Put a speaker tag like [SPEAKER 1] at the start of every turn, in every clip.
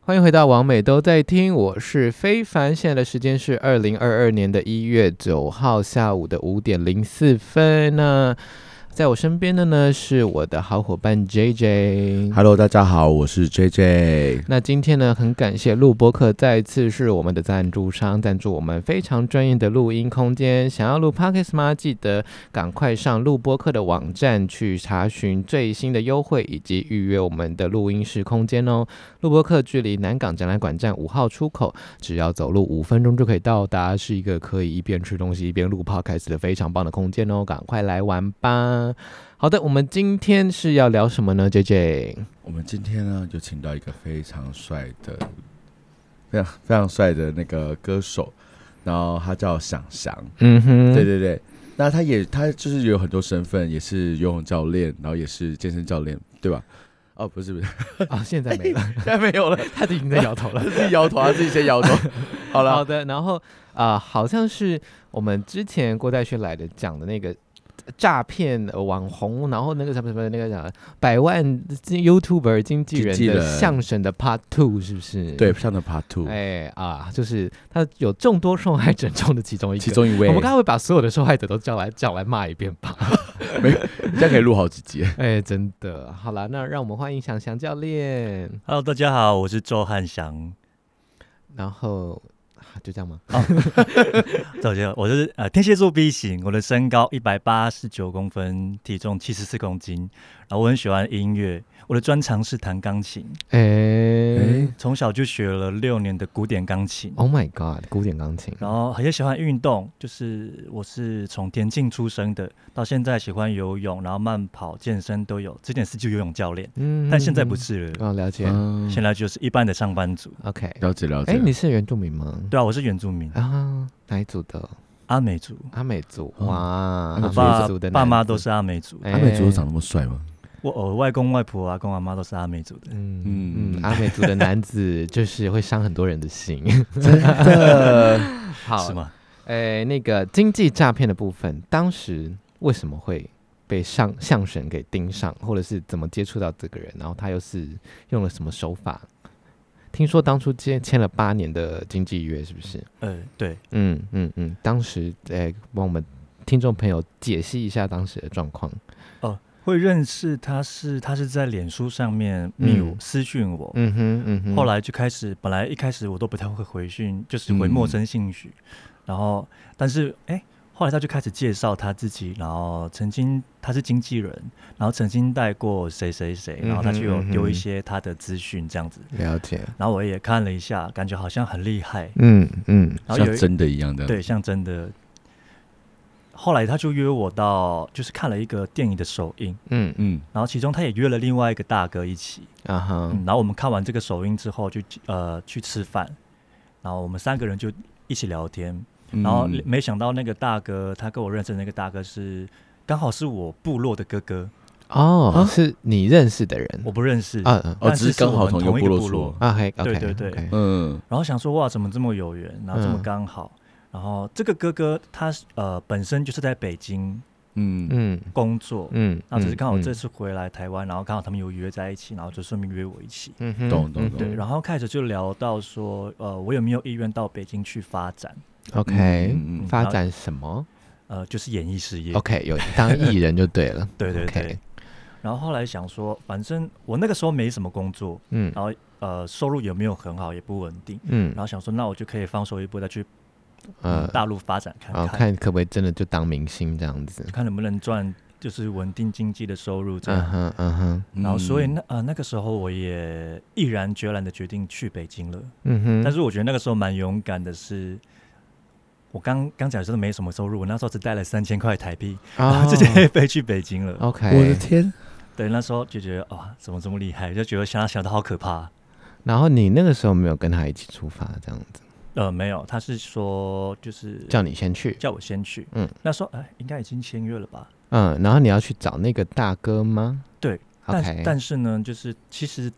[SPEAKER 1] 欢迎回到王美都在听，我是非凡。现在的时间是二零二二年的一月九号下午的五点零四分。那在我身边的呢是我的好伙伴 J J。
[SPEAKER 2] Hello，大家好，我是 JJ。
[SPEAKER 1] 那今天呢，很感谢录播客再次是我们的赞助商，赞助我们非常专业的录音空间。想要录 podcast 吗？记得赶快上录播客的网站去查询最新的优惠以及预约我们的录音室空间哦。录播客距离南港展览馆站五号出口，只要走路五分钟就可以到达，是一个可以一边吃东西一边录 podcast 的非常棒的空间哦，赶快来玩吧！好的，我们今天是要聊什么呢？J J，
[SPEAKER 2] 我们今天呢，就请到一个非常帅的、非常非常帅的那个歌手，然后他叫想翔。
[SPEAKER 1] 嗯哼
[SPEAKER 2] 对对对，那他也他就是有很多身份，也是游泳教练，然后也是健身教练，对吧？哦，不是不是，
[SPEAKER 1] 啊，现在没了。
[SPEAKER 2] 现在没有了，
[SPEAKER 1] 他已经在摇头
[SPEAKER 2] 他
[SPEAKER 1] 了。
[SPEAKER 2] 自己摇头，啊他自己先摇头。
[SPEAKER 1] 好
[SPEAKER 2] 好了，
[SPEAKER 1] 的，然后啊、呃好像是我们之前郭代旭来的讲的那个诈骗呃网红，然后那个什么什么那个讲百万经 YouTuber 经纪人
[SPEAKER 2] 经纪
[SPEAKER 1] 的
[SPEAKER 2] 人
[SPEAKER 1] 相声的 Part Two 是不是？
[SPEAKER 2] 对，。上的 Part Two，
[SPEAKER 1] 哎啊，就是他有众多受害者中的其中一个。
[SPEAKER 2] 其中一位，
[SPEAKER 1] 我们 刚才会把所有的受害者都叫来叫来骂一遍吧？
[SPEAKER 2] 现在可以录好几集。
[SPEAKER 1] 哎，真的。好了，那让我们欢迎翔翔教练。
[SPEAKER 3] Hello，大家好，我是周汉祥。
[SPEAKER 1] 然后啊就这样吗？
[SPEAKER 3] 大家好，我是呃天蝎座 B 型，我的身高一百八十九公分，体重七十四公斤。然后我很喜欢音乐，我的专长是弹钢琴，
[SPEAKER 1] 哎、
[SPEAKER 2] 哎，
[SPEAKER 3] 从小就学了六年的古典钢琴。
[SPEAKER 1] o h Oh my God，古典钢琴。
[SPEAKER 3] 然后也喜欢运动，就是我是从田径出生的，到现在喜欢游泳，然后慢跑、健身都有。之前是就游泳教练，
[SPEAKER 1] 嗯
[SPEAKER 3] 但现在不
[SPEAKER 1] 嗯
[SPEAKER 3] 是了，
[SPEAKER 1] 哦，了解。
[SPEAKER 2] 嗯
[SPEAKER 3] 现在就是一般的上班族。
[SPEAKER 1] OK，
[SPEAKER 2] 了解了解。
[SPEAKER 1] 哎，你是原住民吗？
[SPEAKER 3] 对啊，我是原住民，
[SPEAKER 1] 啊，哪一组的？
[SPEAKER 3] 阿美族，
[SPEAKER 1] 阿美族。
[SPEAKER 3] 哦
[SPEAKER 2] 嗯
[SPEAKER 1] 哇，
[SPEAKER 2] 阿
[SPEAKER 1] 阿
[SPEAKER 3] 我
[SPEAKER 2] 美
[SPEAKER 3] 爸
[SPEAKER 1] 族的
[SPEAKER 3] 爸
[SPEAKER 1] 男
[SPEAKER 3] 妈
[SPEAKER 1] 子
[SPEAKER 3] 都。是阿美族，
[SPEAKER 1] 哎
[SPEAKER 2] 阿美族长那么帅吗？
[SPEAKER 3] 我我外公外婆阿公阿妈都是阿美族的，
[SPEAKER 1] 嗯
[SPEAKER 2] 嗯
[SPEAKER 1] 嗯，阿美族的男子就是会伤很多人的心。
[SPEAKER 2] 真的，
[SPEAKER 1] 好
[SPEAKER 3] 是，吗？
[SPEAKER 1] 哎，那个经济诈骗的部分，当时为什么会被上相神给盯上，或者是怎么接触到这个人，然后他又是用了什么手法？听说当初签签了八年的经济约，是不是？
[SPEAKER 3] 呃，对，
[SPEAKER 1] 嗯嗯嗯，当时诶，帮我们听众朋友解析一下当时的状况。
[SPEAKER 3] 会认识他是他是在脸书上面密我、
[SPEAKER 1] 嗯
[SPEAKER 3] 私讯我，
[SPEAKER 1] 嗯哼嗯哼
[SPEAKER 3] 后来就开始本来一开始我都不太会回讯，就是回陌生信息，然后但是哎。后来他就开始介绍他自己，然后曾经他是经纪人，然后曾经带过谁谁谁，然后他就有
[SPEAKER 1] 嗯哼
[SPEAKER 3] 丢
[SPEAKER 1] 嗯哼
[SPEAKER 3] 一些他的资讯这样子，
[SPEAKER 1] 了解，
[SPEAKER 3] 然后我也看了一下，感觉好像很厉害，
[SPEAKER 1] 嗯嗯
[SPEAKER 3] 然后有
[SPEAKER 2] 像
[SPEAKER 3] 一
[SPEAKER 2] 真的一样的。
[SPEAKER 3] 对，像真的。后来他就约我到，就是看了一个电影的首映，
[SPEAKER 1] 嗯
[SPEAKER 2] 嗯，
[SPEAKER 3] 然后其中他也约了另外一个大哥一起，
[SPEAKER 1] 啊哈
[SPEAKER 3] 嗯，然后我们看完这个首映之后就呃去吃饭，然后我们三个人就一起聊天，
[SPEAKER 2] 然
[SPEAKER 1] 嗯
[SPEAKER 3] 然后
[SPEAKER 2] 嗯
[SPEAKER 3] 没想到那个大哥，他跟我认识的那个大哥是刚好是我部落的哥哥，
[SPEAKER 1] 哦，是你认识的人
[SPEAKER 3] 我不认识，
[SPEAKER 1] 啊啊
[SPEAKER 2] 哦，
[SPEAKER 3] 但
[SPEAKER 2] 只
[SPEAKER 3] 是
[SPEAKER 2] 是刚好
[SPEAKER 3] 是我们
[SPEAKER 2] 一个
[SPEAKER 3] 同一个
[SPEAKER 2] 落
[SPEAKER 3] 部落
[SPEAKER 2] 出。
[SPEAKER 1] 啊，还 OK
[SPEAKER 3] 对对对
[SPEAKER 1] OK
[SPEAKER 2] 嗯，
[SPEAKER 3] 然后想说哇，怎么这么有缘，然后这么
[SPEAKER 1] 嗯
[SPEAKER 3] 刚好，然后这个哥哥他是呃本身就是在北京
[SPEAKER 2] 嗯，
[SPEAKER 1] 嗯
[SPEAKER 3] 工作，
[SPEAKER 1] 嗯，
[SPEAKER 3] 那只是刚好这
[SPEAKER 1] 嗯
[SPEAKER 3] 次回来台湾，然后刚好他们有约在一起，然后就顺便约我一起。
[SPEAKER 1] 嗯哼
[SPEAKER 2] 懂懂
[SPEAKER 1] 嗯
[SPEAKER 2] 懂
[SPEAKER 3] 对，然后开始就聊到说，呃，我有没有意愿到北京去发展？
[SPEAKER 1] OK
[SPEAKER 2] 嗯嗯嗯
[SPEAKER 1] 发展什么
[SPEAKER 3] 呃，就是演艺事业。
[SPEAKER 1] ？OK 有当艺人就对了
[SPEAKER 3] 对对对。
[SPEAKER 1] ，OK
[SPEAKER 3] 然后后来想说，反正我那个时候没什么工作，
[SPEAKER 1] 嗯
[SPEAKER 3] 然后呃，收入有没有很好也不稳定，
[SPEAKER 1] 嗯
[SPEAKER 3] 然后想说，那我就可以放手一搏，再去、呃、
[SPEAKER 1] 呃，
[SPEAKER 3] 大陆发展看
[SPEAKER 1] 然后
[SPEAKER 3] 看，
[SPEAKER 1] 看可不可以真的就当明星这样子？
[SPEAKER 3] 看能不能赚就是稳定经济的收入这
[SPEAKER 1] 嗯
[SPEAKER 3] 样。
[SPEAKER 1] 哼嗯哼
[SPEAKER 2] 嗯
[SPEAKER 3] 然后所以那呃那个时候我也毅然决然的决定去北京了。
[SPEAKER 1] 嗯哼，
[SPEAKER 3] 但是我觉得那个时候蛮勇敢的是，我刚刚讲真的没什么收入，我那时候只带了三千块台币，
[SPEAKER 1] 哦
[SPEAKER 3] 然后 直接飞去北京了。
[SPEAKER 1] OK，
[SPEAKER 2] 我的天，
[SPEAKER 3] 对，那时候就觉得哇、怎么这么厉害，就觉得想想的好可怕。
[SPEAKER 1] 然后你那个时候没有跟他一起出发，这样子
[SPEAKER 3] 呃，没有，他是说就是
[SPEAKER 1] 叫你先去，
[SPEAKER 3] 叫我先去。
[SPEAKER 1] 嗯
[SPEAKER 3] 嗯，那时候哎，应该已经签约了吧？
[SPEAKER 1] 嗯，然后你要去找那个大哥吗？
[SPEAKER 3] 对但
[SPEAKER 1] ，OK，
[SPEAKER 3] 但是呢，就是其实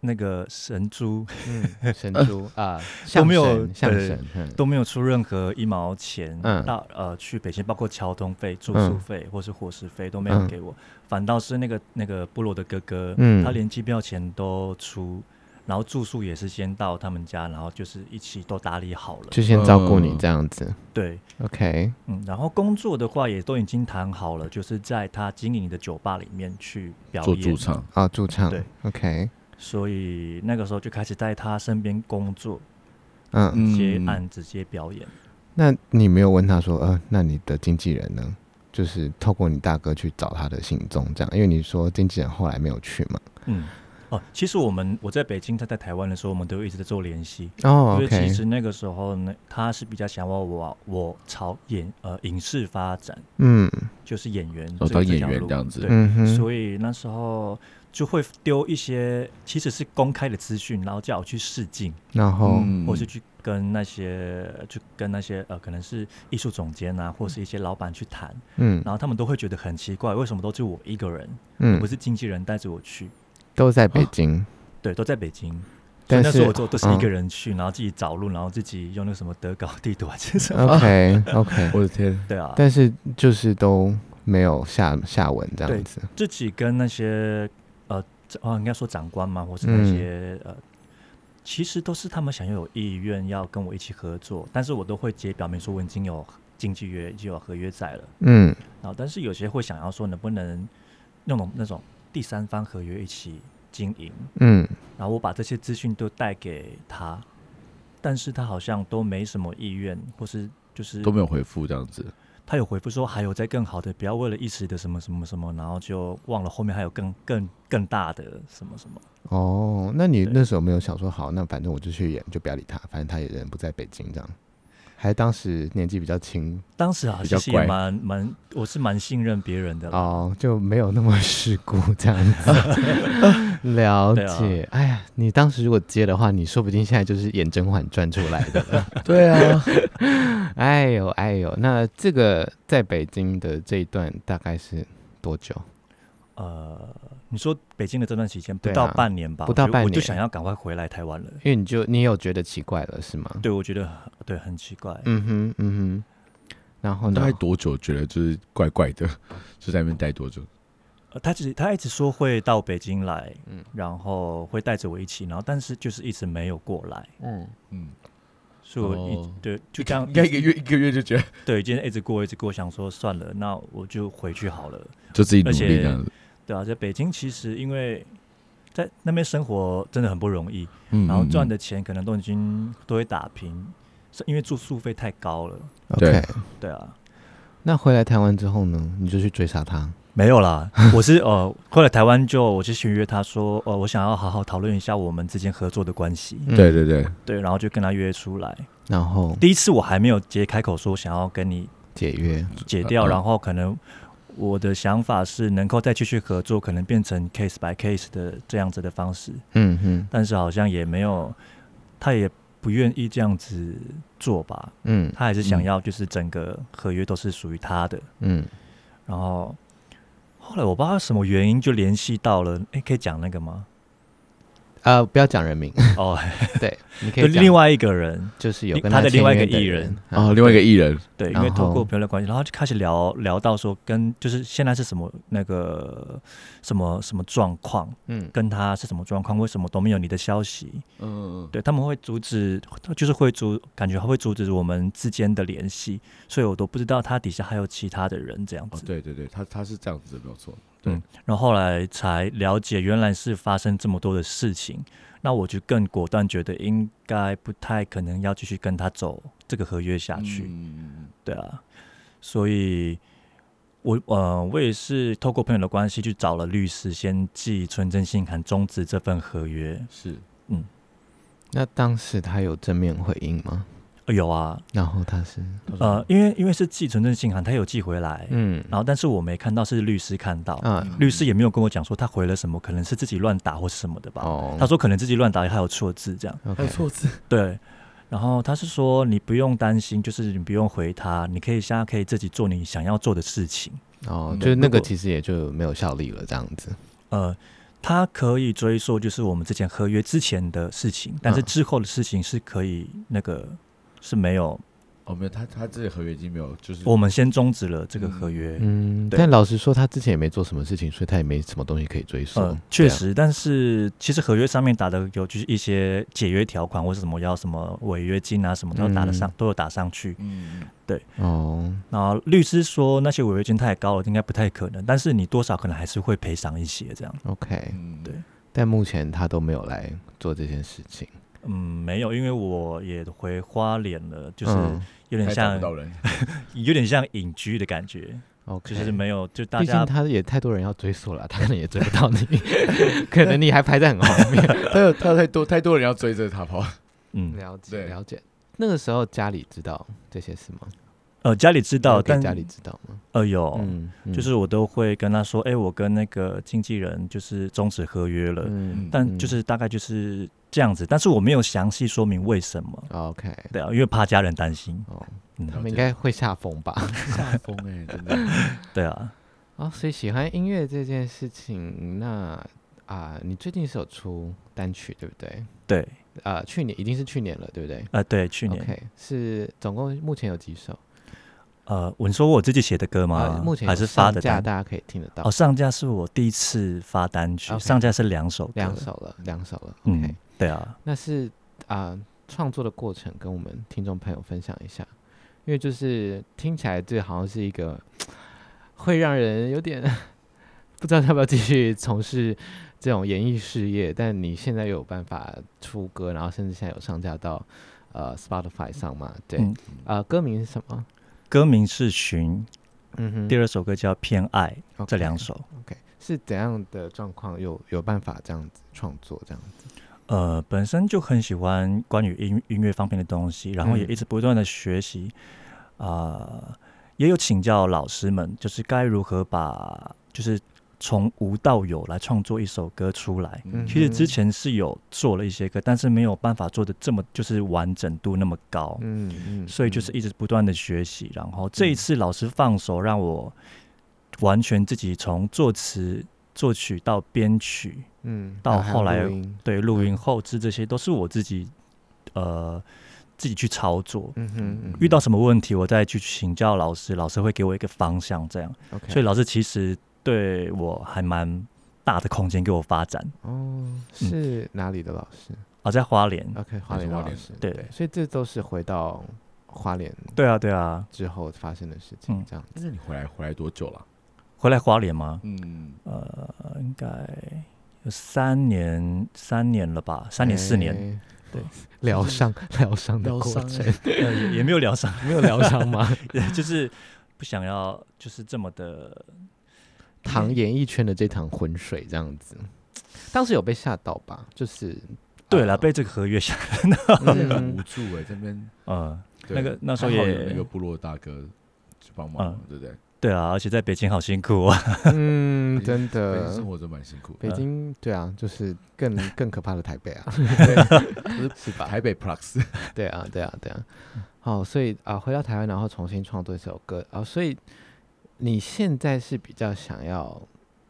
[SPEAKER 3] 那个神珠
[SPEAKER 1] 嗯，神猪啊，象
[SPEAKER 3] 呃没有
[SPEAKER 1] 神，象
[SPEAKER 3] 对
[SPEAKER 1] 神，嗯
[SPEAKER 3] 都没有出任何一毛钱，
[SPEAKER 1] 嗯
[SPEAKER 3] 到呃去北京，包括交通费、住
[SPEAKER 1] 嗯
[SPEAKER 3] 宿费、或是伙食费都没有
[SPEAKER 1] 嗯
[SPEAKER 3] 给我，反倒是那个那个部落的哥哥，
[SPEAKER 1] 嗯
[SPEAKER 3] 他连机票钱都出，然后住宿也是先到他们家，然后就是一起都打理好了。
[SPEAKER 1] 就先照顾你
[SPEAKER 2] 嗯
[SPEAKER 1] 这样子。
[SPEAKER 3] 对，
[SPEAKER 1] OK，
[SPEAKER 3] 嗯，然后工作的话也都已经谈好了，就是在他经营的酒吧里面去表
[SPEAKER 2] 做
[SPEAKER 3] 演。
[SPEAKER 2] 驻唱，
[SPEAKER 1] 啊，驻唱
[SPEAKER 3] 对。
[SPEAKER 1] OK，
[SPEAKER 3] 所以那个时候就开始在他身边工作，
[SPEAKER 1] 嗯，
[SPEAKER 3] 接
[SPEAKER 2] 嗯
[SPEAKER 3] 案子、接表演。
[SPEAKER 1] 那你没有问他说，呃，那你的经纪人呢？就是透过你大哥去找他的行踪，这样，因为你说经纪人后来没有去嘛。
[SPEAKER 3] 嗯，哦，其实我们我在北京，他在台湾的时候，我们都一直在做联系。
[SPEAKER 1] 哦
[SPEAKER 3] 因为其
[SPEAKER 1] ，OK，
[SPEAKER 3] 实那个时候呢，他是比较想要我我朝演呃影视发展，
[SPEAKER 1] 嗯
[SPEAKER 3] 就是演员
[SPEAKER 2] 哦
[SPEAKER 3] 这个
[SPEAKER 2] 当演
[SPEAKER 3] 条
[SPEAKER 2] 员
[SPEAKER 3] 路
[SPEAKER 2] 这样子
[SPEAKER 3] 对，
[SPEAKER 1] 嗯哼，
[SPEAKER 3] 所以那时候就会丢一些其实是公开的资讯，然后叫我去试镜，
[SPEAKER 1] 然后
[SPEAKER 2] 嗯
[SPEAKER 3] 或是去跟那些就跟那些呃可能是艺术总监啊，或是一些老板去谈，
[SPEAKER 1] 嗯
[SPEAKER 3] 然后他们都会觉得很奇怪，为什么都是我一个人，不
[SPEAKER 1] 嗯，
[SPEAKER 3] 是经纪人带着我去？
[SPEAKER 1] 都在北京，
[SPEAKER 3] 对，都在北京。啊所
[SPEAKER 1] 但
[SPEAKER 3] 以那时
[SPEAKER 1] 是嗯
[SPEAKER 3] 候我都都是一个人去，然后自己找路，然后自己用那个什么德高地图啊，
[SPEAKER 1] 嗯
[SPEAKER 3] 这种。
[SPEAKER 1] OK OK，
[SPEAKER 2] 我的天，
[SPEAKER 3] 对啊，
[SPEAKER 1] 但是就是都没有下下文这样
[SPEAKER 3] 对
[SPEAKER 1] 子。
[SPEAKER 3] 自己跟那些呃，这哦，应该说长官嘛，或是那些、呃，其实都是他们想要有意愿要跟我一起合作，但是我都会直接表明说我已经有经纪约，已经有合约在了。
[SPEAKER 1] 嗯，
[SPEAKER 3] 然后，但是有些会想要说能不能那种那种第三方合约一起经营，
[SPEAKER 1] 嗯，
[SPEAKER 3] 然后我把这些资讯都带给他，但是他好像都没什么意愿，或是就是
[SPEAKER 2] 都没有回复这样子，
[SPEAKER 3] 他有回复说还有在更好的，不要为了一时的什么什么什么，然后就忘了后面还有更更更大的什么什么。
[SPEAKER 1] 哦，那你
[SPEAKER 3] 对
[SPEAKER 1] 那时候没有想说，好，那反正我就去演，就不要理他，反正他也人不在北京这样。还当时年纪比较轻
[SPEAKER 3] 当时啊，
[SPEAKER 2] 比较
[SPEAKER 3] 其实也
[SPEAKER 2] 怪啊
[SPEAKER 3] 蛮蛮，我是蛮信任别人的啦。
[SPEAKER 1] 哦，就没有那么世故这样 子。了解，
[SPEAKER 2] 啊
[SPEAKER 1] 哎呀，你当时如果接的话，你说不定现在就是演《甄嬛传》出来的了。
[SPEAKER 2] 对啊，
[SPEAKER 1] 哎呦哎呦，那这个在北京的这一段大概是多久？
[SPEAKER 3] 呃，你说北京的这段期间不
[SPEAKER 1] 对啊
[SPEAKER 3] 到半年吧，
[SPEAKER 1] 不到
[SPEAKER 3] 我就
[SPEAKER 1] 半
[SPEAKER 3] 我就
[SPEAKER 1] 年
[SPEAKER 3] 想要赶快回来台湾了。
[SPEAKER 1] 因为你就你有觉得奇怪了是吗？
[SPEAKER 3] 对，我觉得很对很奇怪。
[SPEAKER 1] 嗯哼嗯哼，然后
[SPEAKER 2] 大
[SPEAKER 1] 呢
[SPEAKER 2] 概？多久觉得就是怪怪的， 就在那边待多久？
[SPEAKER 3] 呃他只他一直说会到北京来，
[SPEAKER 2] 嗯
[SPEAKER 3] 然后会带着我一起，然后但是就是一直没有过来，
[SPEAKER 1] 嗯，
[SPEAKER 2] 嗯，
[SPEAKER 3] 所以我一、
[SPEAKER 2] 哦
[SPEAKER 3] 对就这样
[SPEAKER 2] 应该一个月一个月就 觉得
[SPEAKER 3] 对，今天一直过一直过，想说算了，那我就回去好了。
[SPEAKER 2] 就自己努
[SPEAKER 3] 而且
[SPEAKER 2] 力这样子，
[SPEAKER 3] 对啊，在北京其实因为在那边生活真的很不容易，
[SPEAKER 2] 嗯，
[SPEAKER 3] 然后赚
[SPEAKER 2] 嗯
[SPEAKER 3] 的钱可能都已经都会打平，是因为住宿费太高了。
[SPEAKER 1] 对
[SPEAKER 2] 对。
[SPEAKER 3] 对啊，
[SPEAKER 1] 那回来台湾之后呢？你就去追杀他。
[SPEAKER 3] 没有 啦，我是呃，后来台湾就我就去约他说，呃，我想要好好讨论一下我们之间合作的关系。
[SPEAKER 1] 嗯
[SPEAKER 2] 对对对，
[SPEAKER 3] 对，然后就跟他约出来。
[SPEAKER 1] 然后
[SPEAKER 3] 第一次我还没有直接开口说想要跟你
[SPEAKER 1] 解约。
[SPEAKER 3] 解掉，
[SPEAKER 2] 嗯
[SPEAKER 3] 然后可能我的想法是能够再继续合作，可能变成 case by case 的这样子的方式。
[SPEAKER 1] 嗯哼，
[SPEAKER 3] 但是好像也没有，他也不愿意这样子做吧，
[SPEAKER 1] 嗯
[SPEAKER 3] 他还是想
[SPEAKER 2] 嗯
[SPEAKER 3] 要就是整个合约都是属于他的。
[SPEAKER 1] 嗯，
[SPEAKER 3] 然后后来我不知道什么原因就联系到了，哎，可以讲那个吗？
[SPEAKER 1] 呃，不要讲人名，
[SPEAKER 3] 哦，
[SPEAKER 1] 对，你可
[SPEAKER 3] 就
[SPEAKER 1] 以讲
[SPEAKER 3] 另外一个人，
[SPEAKER 1] 就是有
[SPEAKER 3] 另
[SPEAKER 1] 跟
[SPEAKER 3] 他的另外一个
[SPEAKER 1] 签约的
[SPEAKER 3] 艺人
[SPEAKER 2] 哦，
[SPEAKER 1] 啊，
[SPEAKER 2] 另外一个艺人，
[SPEAKER 3] 对，因
[SPEAKER 1] 然
[SPEAKER 3] 为透
[SPEAKER 1] 后
[SPEAKER 3] 过朋友的关系，然后就开始聊聊到说跟就是现在是什么那个什么什么状况，
[SPEAKER 1] 嗯
[SPEAKER 3] 跟他是什么状况，为什么都没有你的消息？
[SPEAKER 2] 嗯，
[SPEAKER 3] 对，他们会阻止，就是会阻，感觉他会阻止我们之间的联系，所以我都不知道他底下还有其他的人这样
[SPEAKER 2] 哦
[SPEAKER 3] 子。，
[SPEAKER 2] 对对对，他他是这样子的，没有错，对
[SPEAKER 3] 嗯，然后后来才了解，原来是发生这么多的事情，那我就更果断觉得应该不太可能要继续跟他走这个合约下去。
[SPEAKER 2] 嗯
[SPEAKER 3] 对啊，所以我呃，我也是透过朋友的关系去找了律师，先寄存真信函终止这份合约。
[SPEAKER 2] 嗯是
[SPEAKER 1] 那当时他有正面回应吗？
[SPEAKER 3] 呃有啊，
[SPEAKER 1] 然后他是
[SPEAKER 2] 嗯
[SPEAKER 3] 呃，，因为因为是寄存真信函，他有寄回来，
[SPEAKER 1] 嗯
[SPEAKER 3] 然后但是我没看到，是律师看到，
[SPEAKER 1] 啊
[SPEAKER 3] 律师也没有跟我讲说他回了什么，可能是自己乱打或是什么的吧。
[SPEAKER 1] 哦，
[SPEAKER 3] 他说可能自己乱打，还有错字这样。
[SPEAKER 1] 说
[SPEAKER 2] 还有错字，
[SPEAKER 3] 对，然后他是说你不用担心，就是你不用回他，你可以现在可以自己做你想要做的事情。
[SPEAKER 1] 哦，
[SPEAKER 2] 嗯
[SPEAKER 1] 就是那
[SPEAKER 3] 如
[SPEAKER 1] 个
[SPEAKER 3] 果
[SPEAKER 1] 其实也就没有效力了，这样子。
[SPEAKER 3] 呃，他可以追溯就是我们之前合约之前的事情，但是
[SPEAKER 1] 嗯
[SPEAKER 3] 之后的事情是可以那个是没有
[SPEAKER 2] 哦，没有，他他这个合约已经没有，就是
[SPEAKER 3] 我们先终止了这个合约。
[SPEAKER 1] 嗯，
[SPEAKER 3] 对
[SPEAKER 1] 但老实说，他之前也没做什么事情，所以他也没什么东西可以追溯。
[SPEAKER 3] 呃，确
[SPEAKER 1] 对啊，
[SPEAKER 3] 实，但是其实合约上面打的有就是一些解约条款或是什么要什么违约金啊什么都要打得上，
[SPEAKER 1] 嗯
[SPEAKER 3] 都有打上去。
[SPEAKER 2] 嗯，
[SPEAKER 1] 哦，
[SPEAKER 3] 然后律师说那些违约金太高了，应该不太可能，但是你多少可能还是会赔偿一些这样。
[SPEAKER 1] OK，
[SPEAKER 2] 嗯
[SPEAKER 3] 对
[SPEAKER 1] 但目前他都没有来做这件事情，
[SPEAKER 3] 嗯，没有，因为我也回花莲了，就是
[SPEAKER 1] 嗯
[SPEAKER 3] 有点
[SPEAKER 2] 还找
[SPEAKER 3] 像
[SPEAKER 2] 不、到人，
[SPEAKER 3] 有点像隐居的感觉，
[SPEAKER 1] OK，
[SPEAKER 3] 就是没有就大
[SPEAKER 1] 哎毕竟
[SPEAKER 3] 家
[SPEAKER 1] 他也太多人要追溯了，他可能也追不到 你，可能你还排在很后面。
[SPEAKER 2] 他有他有太多太多人要追着他跑，
[SPEAKER 3] 嗯
[SPEAKER 1] 了解
[SPEAKER 2] 对
[SPEAKER 1] 了解。那个时候家里知道这些事吗？
[SPEAKER 3] 呃家里知
[SPEAKER 1] 有
[SPEAKER 3] 道，
[SPEAKER 1] 给
[SPEAKER 3] 但
[SPEAKER 1] 家里知道吗？
[SPEAKER 3] 呃有。
[SPEAKER 1] 嗯，嗯
[SPEAKER 3] 就是我都会跟他说，哎、我跟那个经纪人就是终止合约了，
[SPEAKER 1] 嗯
[SPEAKER 3] 但就是大概就是这样子，但是我没有详细说明为什么，
[SPEAKER 1] 哦 OK，
[SPEAKER 3] 对啊，因为怕家人担心，
[SPEAKER 1] 哦，
[SPEAKER 3] 嗯
[SPEAKER 1] 他，们应该会下风吧？
[SPEAKER 2] 下风哎，真的，
[SPEAKER 3] 对啊，
[SPEAKER 1] 哦，所以喜欢音乐这件事情，那啊，你最近是有出单曲对不对？
[SPEAKER 3] 对，
[SPEAKER 1] 啊，去年已经是去年了，对不对？
[SPEAKER 3] 呃，对，去年
[SPEAKER 1] OK 是总共目前有几首？
[SPEAKER 3] 呃，我你说我自己写的歌吗？
[SPEAKER 1] 啊，目前
[SPEAKER 3] 还
[SPEAKER 1] 有
[SPEAKER 3] 是发
[SPEAKER 1] 上
[SPEAKER 3] 的
[SPEAKER 1] 架
[SPEAKER 3] 单？
[SPEAKER 1] 大家可以听得到
[SPEAKER 3] 哦，上架是我第一次发单曲，
[SPEAKER 1] OK
[SPEAKER 3] 上架是两首歌，
[SPEAKER 1] 两首了，两首了。OK，、
[SPEAKER 3] 嗯，对啊，
[SPEAKER 1] 那是啊，创、作的过程跟我们听众朋友分享一下，因为就是听起来这好像是一个会让人有点 不知道要不要继续从事这种演艺事业，但你现在有办法出歌，然后甚至现在有上架到呃 Spotify 上嘛？对，
[SPEAKER 3] 嗯
[SPEAKER 1] 啊、歌名是什么？
[SPEAKER 3] 歌名是《寻
[SPEAKER 1] 嗯》，哼，
[SPEAKER 3] 第二首歌叫《偏爱》，
[SPEAKER 1] OK，
[SPEAKER 3] 这两首，
[SPEAKER 1] OK 是怎样的状况有有办法这样子创作这样子？
[SPEAKER 3] 呃，本身就很喜欢关于音音乐方面的东西，然后也
[SPEAKER 1] 嗯
[SPEAKER 3] 一直不断的学习，啊、也有请教老师们，就是该如何把就是从无到有来创作一首歌出来。
[SPEAKER 1] 嗯
[SPEAKER 3] 其实之
[SPEAKER 1] 嗯
[SPEAKER 3] 前是有做了一些歌，但是没有办法做的这么就是完整度那么高，
[SPEAKER 1] 嗯嗯
[SPEAKER 3] 哦所以就是
[SPEAKER 1] 嗯
[SPEAKER 3] 一直不断的学习。然后这一次老师放手让我完全自己从作词、作曲到编曲，
[SPEAKER 1] 嗯，
[SPEAKER 3] 到
[SPEAKER 1] 然还有
[SPEAKER 3] 后来
[SPEAKER 1] 录音
[SPEAKER 3] 对，录音、后置这些都是我自己，呃，自己去操作。
[SPEAKER 1] 嗯哼，嗯哼
[SPEAKER 3] 遇到什么问题，我再去请教老师，老师会给我一个方向，这样。
[SPEAKER 1] OK，
[SPEAKER 3] 所以老师其实对我还蛮大的空间给我发展
[SPEAKER 1] 哦，是哪里的老师
[SPEAKER 3] 啊，在花莲。
[SPEAKER 1] ？OK，花
[SPEAKER 2] 还是
[SPEAKER 1] 莲的
[SPEAKER 2] 花
[SPEAKER 1] 老
[SPEAKER 2] 莲
[SPEAKER 1] 师。
[SPEAKER 3] 对
[SPEAKER 1] 所以这都是回到花莲
[SPEAKER 3] 对啊，对啊，
[SPEAKER 1] 之后发生的事情，
[SPEAKER 3] 嗯
[SPEAKER 1] 这样
[SPEAKER 2] 但是你回来回来多久了？
[SPEAKER 3] 回来花莲吗？
[SPEAKER 2] 嗯，
[SPEAKER 3] 呃，应该有三年，三年了吧，三年四年，
[SPEAKER 1] 哎
[SPEAKER 3] 对，
[SPEAKER 1] 疗伤疗伤的
[SPEAKER 2] 疗
[SPEAKER 1] 过
[SPEAKER 2] 伤
[SPEAKER 1] 程，
[SPEAKER 3] 呃也也没有疗伤，
[SPEAKER 1] 没有疗伤 吗？
[SPEAKER 3] 就是不想要，就是这么的
[SPEAKER 1] 淌演艺圈的这趟浑水，这样子，当时有被吓到吧？就是
[SPEAKER 3] 对了，
[SPEAKER 1] 啊
[SPEAKER 3] 被这个合约吓，
[SPEAKER 2] 真的很
[SPEAKER 1] 嗯
[SPEAKER 2] 无助哎，这边
[SPEAKER 3] 嗯，
[SPEAKER 2] 对
[SPEAKER 3] 那个那时候
[SPEAKER 2] 还好
[SPEAKER 3] 也
[SPEAKER 2] 有那个部落大哥去帮忙，对不对？
[SPEAKER 3] 对啊，而且在北京好辛苦啊。
[SPEAKER 1] 嗯，真
[SPEAKER 2] 北 京
[SPEAKER 1] 的
[SPEAKER 2] 生。活真蛮辛苦的，
[SPEAKER 1] 北京对啊，就是更更可怕的台北啊，是吧？
[SPEAKER 2] 台北 Plus
[SPEAKER 1] 对啊，对啊，对啊。好，所以啊，回到台湾，然后重新创作一首歌啊，所以你现在是比较想要